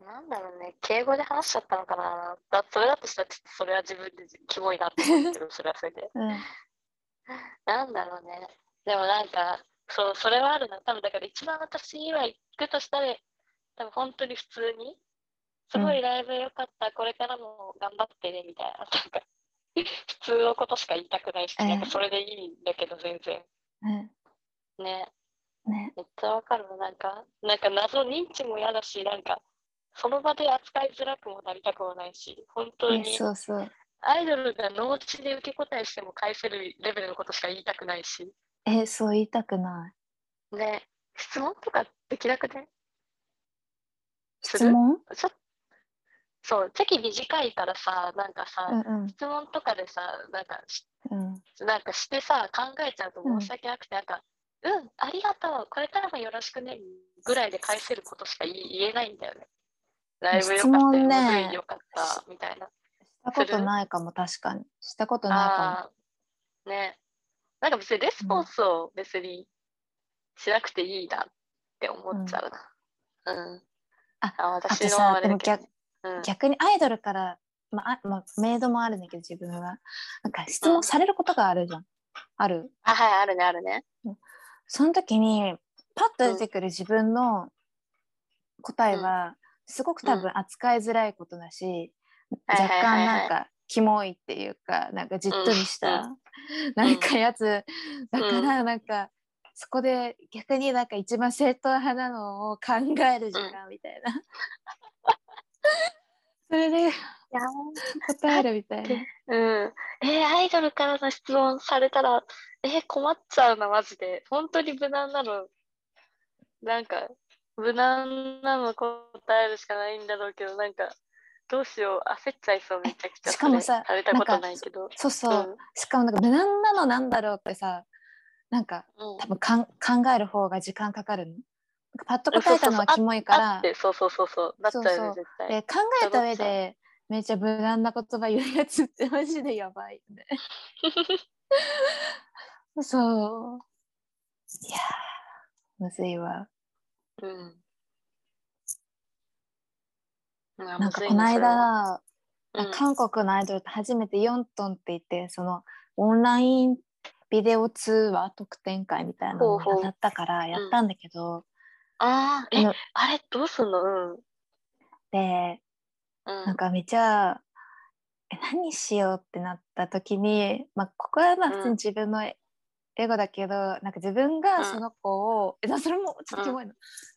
なんだろうね、敬語で話しちゃったのかな。だそれだとしたら、ちょっとそれは自分でキモいなって思うけど、それはそれで。
うん
なんだろうね。でもなんか、そう、それはあるな。多分だから一番私は行くとしたら、多分本当に普通に、すごいライブ良かった、これからも頑張ってね、みたいな。なんか、普通のことしか言いたくないし、
ええ
なんかそれでいいんだけど、全然。
うん
ね、
ね
めっちゃわかるの。なんか、なんか謎認知も嫌だし、なんか、その場で扱いづらくもなりたくもないし、本当
ね
に
そうそう
アイドルが脳内で受け答えしても返せるレベルのことしか言いたくないし、
えそう言いたくない
ね、質問とかできなくねする
質問
ちょそう、席短いからさ、なんかさ、
うんうん
質問とかでさ、なんかし、
うん
なんかしてさ、考えちゃうと
うん
申し訳なくて、なんか、うん、ありがとう、これからもよろしくね、ぐらいで返せることしか言い言えないんだよね。ライブよか
質
ったよ、
問ね
ライブよかった、みたいな。
したことないかも確かにしたことな
ああー、ね。なんか別にレスポンスを別にしなくていいなって思っちゃうな。うん。
ああ
私
と
の
さ
あれだけど
でもいか
うん
も逆にアイドルから、まああまあ、メイドもあるんだけど自分はなんか質問されることがあるじゃんある
あ、はい、あるね、あるね。
その時にパッと出てくる自分の答えは、すごく多分扱いづらいことだし、
はいはい
若
はい
干なんかキモいっていうかなんかじっとりした、なんかやつ、だからなんか、そこで逆になんか一番正当派なのを考える時間みたい
[LAUGHS]
な。それで
や
答えるみたいな。
うん。えーアイドルからの質問されたら、えー困っちゃうな、マジで。本当に無難なの。なんか、無難なの答えるしかないんだろうけど、なんか、どうしよう、焦っちゃいそう、めちゃくちゃ。
しかもさ
それされたこと
なんか
ないけど。
そう
う
そう。
ん。
しかもなんか無難なのなんだろうってさ、なんか
うん
多分かん考える方が時間かかるの。なんかパッと答えたのはキモいか
あ
ら
っ、て、そうそうそうそう、なっちゃうね、
そうそう
絶対。
で考えた上でめっちゃ無難な言葉言うやつってマジでやばい
[LAUGHS]
よね。そう。いやー、むずいわ。
うん。
な
なん
かこの間、
うん、
韓国のアイドルって初めて4トンって言って、そのオンラインビデオ通話特典会みたいなの
ほうほ
が
う
やったからやったんだけど、
あ
あ
あ、え
の、
あれ、どうすんのうん。うん。
で、なんかめちゃ、え何しようってなった時に、まあ、ここはまあ
うん
普通に自分のエゴだけど、なんか自分
うん
がその子を、えでもそれもちょっとキモいの、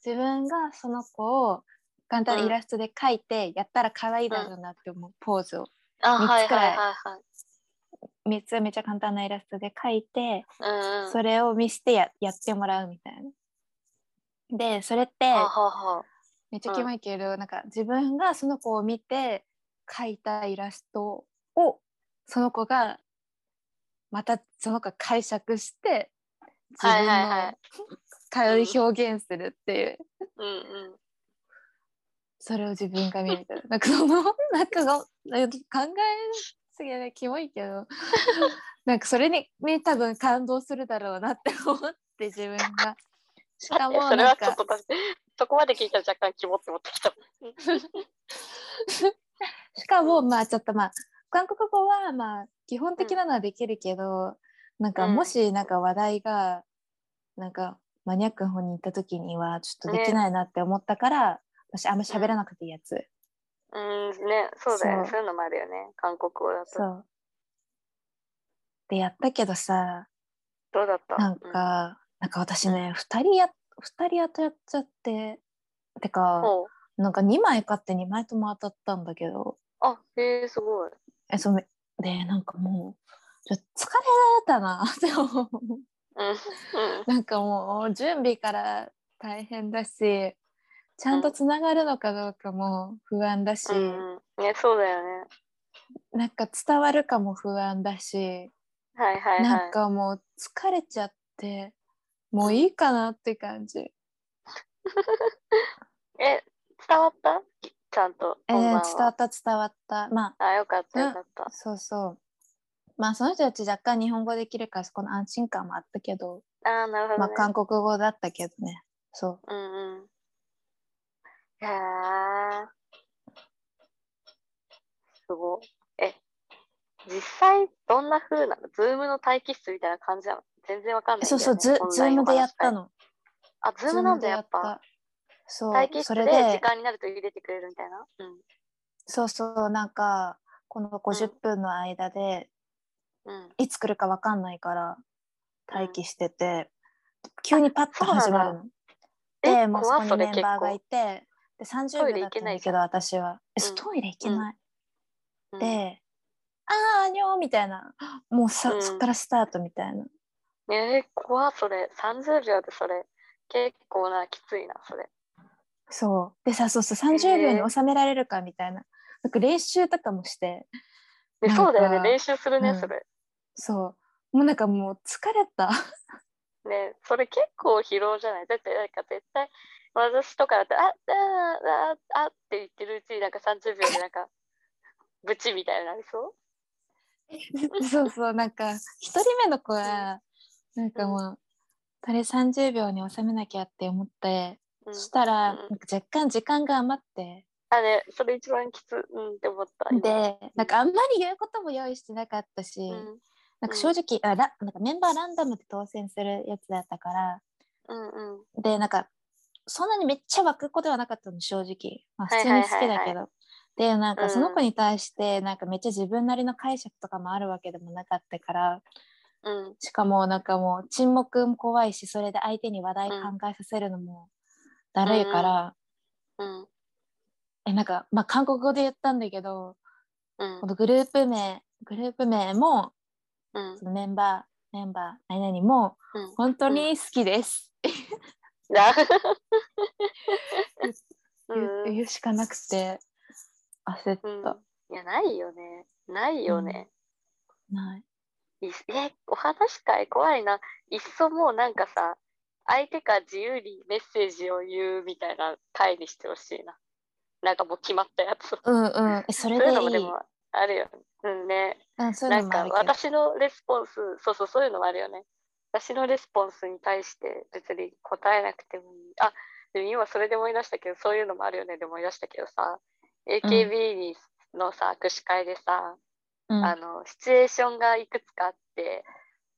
自分がその子を簡単にイラストで描いてやったら可愛いだろうなって思うポーズを
あ、
三つ
はい
くら
はいいはいはい。
3つめちゃ簡単なイラストで描いて、
うんうん。
それを見せてややってもらうみたいな。でそれって
はあはあはあ
めっちゃキモいけど、なんか自分がその子を見て描いたイラストをその子がまたその子が解釈して自
はい
分
はいはい
の顔を表現するっていう、
うんうん。
それを自分が見るみたいななんかそのなんかがなんか考えすぎないキモいけど [LAUGHS] なんかそれにね多分感動するだろうなって思って自
[LAUGHS]
分が。し
だ
か
って
も
それ
な
は
ん
ちょ
か
っとだってそこまで聞いたら若干キモって持ってきた。
しかもまあちょっとまあ韓国語はまあ基本的なのはできるけど、なんか
うん
もしなんか話題がなんかマニアックな方に行った時にはちょっとできないなって思ったから、私あんま喋らなくていいやつ、
うんね、そうだよ
そ
ね。
う
そういうのもあるよね。韓国語だ
そ
と。
うでやったけどさ
どうだった
なんか、
うん
なんか私ね2人や二人当たっちゃっててか
ほう
なんか2枚買って2枚とも当たったんだけど
あ、へえ、すごい。
えそうめでなんかもうちょっと疲れたなって思う
うん。うん。
[LAUGHS] なんかもう準備から大変だしちゃんとつながるのかどうかも不安だし、
うんうん。ね、そうだよね。
なんか伝わるかも不安だし、
はいはいは
なん
い。
かもう疲れちゃってもういいかなって感じ、
え、伝わったちゃんと。
え
こんば
ー
んは
伝わった伝わったま
あ、よかった
うん
よかった
あ。そうそうまあその人たち若干日本語できるからそこの安心感もあったけど、
あー、なるほど
まあ
ね。
韓国語だったけどねそう
うんうん。へーすごい。え、実際どんな風なのズームの待機室みたいな感じなの全然わかんないんだよね、
そうそう、ズ
オン
ズ
ラ
ー
イン
ム
お
で
話
やったの。
あ、ズームなんだ、
Zoom
やっぱ。。
そう
待機、室
そ
で
れ
時
で、
間になると入れてくれるみたいな。
そうそう、なんか、この50分の間で、
うん。うん。
いつ来るかわかんないから、待機してて、急にパッと
あそ
始
うなんだ
まるの。
え
で、もうそ
怖
こ
そ
に
れ
メン
結
バーが
構
い。て、で、30
ト
秒
イレ
だ
行
っ
け
たん
ない
だ
じ
け
ゃん
ど、私は。え、
うん
そうトイレ行けない。
うん、
で、あー、あにょーみたいな。もうさ、
うん
そっからスタートみたいな。
えー、怖それ。30秒でそれ。結構な、きついな、それ。
そう。でさ、そうそう、
へ
30
ー
秒に収められるかみたいな。なんか練習とかもして、
えそうだ
な
よ
ん
ね、
か
練習するね、
うん
それ。
そう。もうなんかもう疲れた。
ね、それ結構疲労じゃないだって、なんか絶対、私とかだって、あああああって言ってるうちに、なんか30秒で、なんか、 [LAUGHS] ブチみたいになりそう。
[LAUGHS] そうそう、なんか、一人目の子は、なんかもう、これ30秒に収めなきゃって思って、
うん、
そしたら、
うん
なんか若干時間が余って、
あね、それ一番きつ、うんって思った。今
で、なんかあんまり言うことも用意してなかったし、
うん、
なんか正直、あらなんかメンバーランダムで当選するやつだったから、
うん、うん。
で、なんか、そんなにめっちゃ湧く子ではなかったの、正直。まあ、普
はい
通
はい
に
は
好
い
き
はい
だけど。で、なん
う
か
ん
その子に対して、なんかめっちゃ自分なりの解釈とかもあるわけでもなかったから、
うん、
しかもなんかもう沈黙も怖いし、それで相手に話題考えさせるのもだるいから、
うん、
え、なんか、まあ韓国語で言ったんだけど、
[LAUGHS] うん
こ、のグループ名、グループ名も、
うん
そ。のメンバー、メンバー、何々も、 [LAUGHS]
うん
本当に好きです。
な
言う
うん
言うしかなくて、焦っ
うん
た。
いや、ないよね。ないよね。
ない。
いえ、お話し会怖いな。いっそもうなんかさ、相手が自由にメッセージを言うみたいな会にしてほしいな。なんかもう決まったやつ。そ
うんうん。えそれ
う
で
い
いうい。
のもでもあるよね。うんね。
うん、そういう
な
んのもあ
か
るけど。
私のレスポンス、そうそう、そういうのもあるよね。私のレスポンスに対して別に答えなくてもいい。あ、でも今それで思い出したけど、そういうのもあるよねで思い出したけどさ、AKB にのさ、握手会でさ、
うん
あの、シチュエーションがいくつかあって、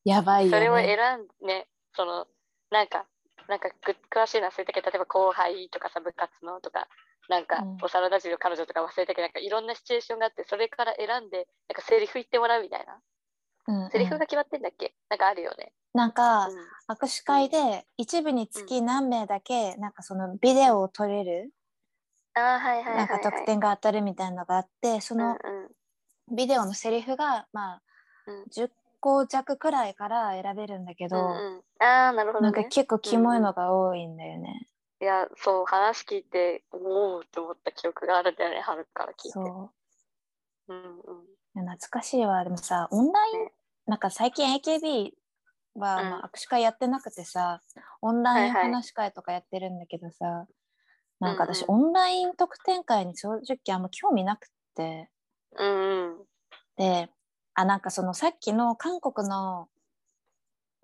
やばいよ、
そ
ね。
れを選んね、その、なんか、なんかく詳しいの忘れたけど、例えば後輩とかさ、部活のとか、なんか
うん、
幼なじみの彼女とか忘れたけど、なんかいろんなシチュエーションがあって、それから選んで、なんかセリフ言ってもらうみたいな。
うんうん
セリフが決まってんだっけなんかあるよね。
なんか、
うん
握手会で一部につき何名だけ、なんかそのビデオを撮れる、
あーはいはいはい、は。
ないんか得点が当たるみたいなのがあって、その
うんうん
ビデオのセリフが、まあ
うん、
10個弱くらいから選べるんだけど、
うんうん、ああ、なるほど、ね。
なんか結構キモいのが多いんだよね。
いや、そう、話聞いて、おおって思った記憶があるんだよね、春から聞いて。。
そう
んうん。
う。懐かしいわ。でもさ、オンライン、
ね
なんか最近 AKB は、
うん
まあ握手会やってなくてさ、オンライン
はいはい
話し会とかやってるんだけどさ、なんか私、
うん
オンライン特典会に正直あんま興味なくって、
うんうん。
で、あ、なんかそのさっきの韓国の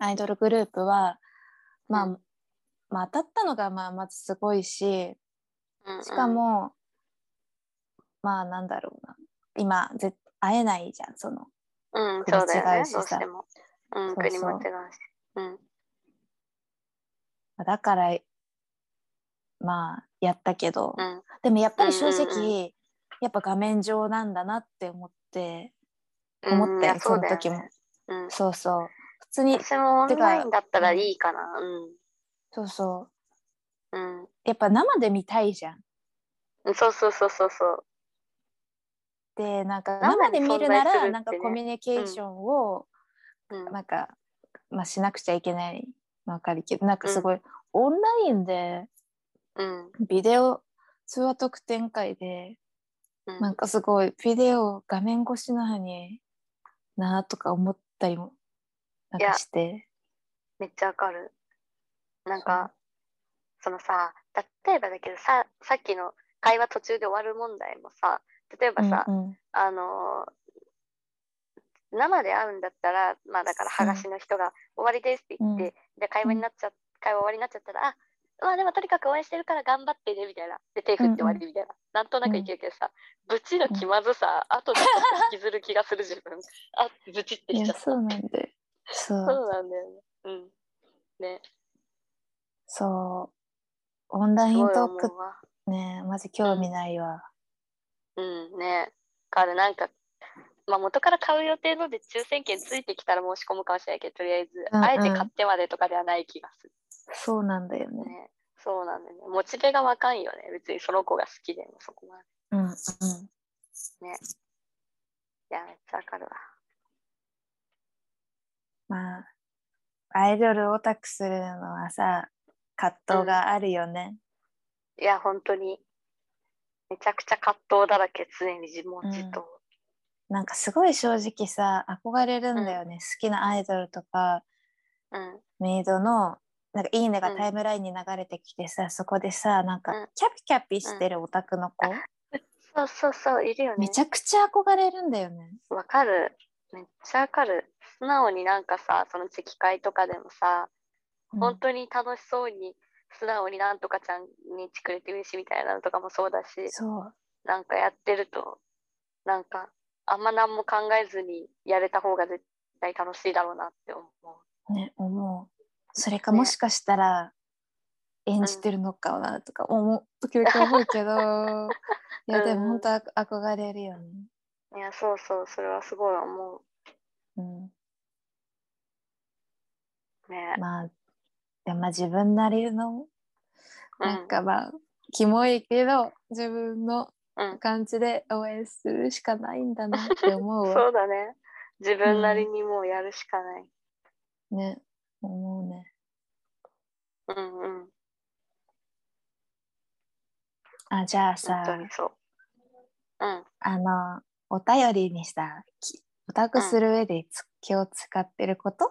アイドルグループは、まあ、
う
まあ当たったのがまあまずすごいし、
うんうん
しか、も、まあなんだろうな。今、ぜ会えないじゃん、その。
うん、そうだ
国
よ
違う
ね、
し
どうし
さ
ても。う
そ
ん、
うそう
国も違うし。うん。
まあだから、まあやったけど、
うん
でもやっぱり正直、
うんうん
やっぱ画面上なんだなって思って、
うん
思ったよ
いやそうだよね
その時も。
うん。
そうそう。普通に、
私もオンラインだったらいいかな。
そうそう。
うん。
やっぱ生で見たいじゃん。
うん。そうそうそうそうそう。
で、なんか
生
生
で
で
存在
見るな
するって
ら、
ね
なんかコミュニケーションを、
うん、
なんか、まあしなくちゃいけないのはわかるけど、なんかすごい、オンラインで、
うん。
ビデオ通話特典会で、
うん
なんかすごいビデオ画面越しなのになあとか思ったりもなんかして。
めっちゃわかる。なんか、そのさ、例えばだけどさ、さっきの会話途中で終わる問題もさ、例えばさ、
うんうん
あのー生で会うんだったら、まあだから、はがしの人が終わりですって言って、
うん
で会話になっちゃ、会話終わりになっちゃったら、あまあでもとにかく応援してるから頑張ってねみたいな。で、手振って終わりみたいな。なんとなくいけるけどさ、ブチの気まずさ、後でちょっと引きずる気がする自分。あ、ブチって
[LAUGHS] い
きちゃ
や
った。
そうなんで。そ。
そううなんだよね。ね。
そう。オンライン
す
ト
ごい
ー
思
ク
うわ
ね、マジ興味ないわ。
うんね。からなんか、まあ、元から買う予定ので抽選券ついてきたら申し込むかもしれないけど、とりあえず、
うんうん
あえて買ってまでとかではない気がする。
そうなんだよね。
ね。そうなんだよね。モチベがわかんよね。別にその子が好きでもそこまで。
うんうん。
いや、めっちゃわかるわ。
まあ、アイドルオタクするのはさ、葛藤があるよね。
いや、本当に。めちゃくちゃ葛藤だらけ、常に自問自答。
なんかすごい正直さ、憧れるんだよね。好きなアイドルとか、
うん。
メイドの、なんかいいねが
うん
タイムラインに流れてきてさ、そこでさ、なん
うん
かキャピキャピしてるオタクの子、
そうそうそう、いるよね。
めちゃくちゃ憧れるんだよね。
わかる。めっちゃわかる。素直になんかさ、その席会とかでもさ、
うん
本当に楽しそうに、素直になんとかちゃんにちくれて嬉しいみたいなのとかもそうだし、
そう。
なんかやってると、なんか、あんま何も考えずにやれた方が絶対楽しいだろうなって思う。
ね思うそれか
ね
もしかしたら演じてるのかなとか思う時々思うけどいやでも本当あ憧れるよね、
いや、そうそう、それはすごい思
うん、
う。ね。
まあでもまあ自分なりの
うん
なんかまあキモいけど自分の
うん
感じで応援するしかないんだなって思うわ
そうだね。自分なりにもうやるしかない。
ね思うね
うんうん。
あじゃあ
本当
さ
にそう。うん。
あのお便りにさきオタクする上でつ気を使ってること、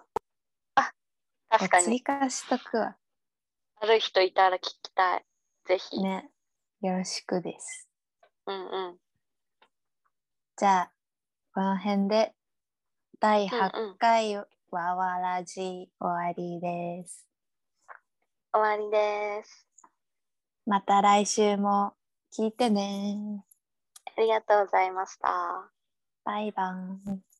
確か
を
に。
追加しとくわ
ある人いたら聞きたい。ぜひ。
ね。よろしくです。
うんうん。
じゃあ、この辺で第
うん
8
うん。
回わわらじ終わりです。
終わりです。
また来週も聞いてね。
ありがとうございました。
バイバイ。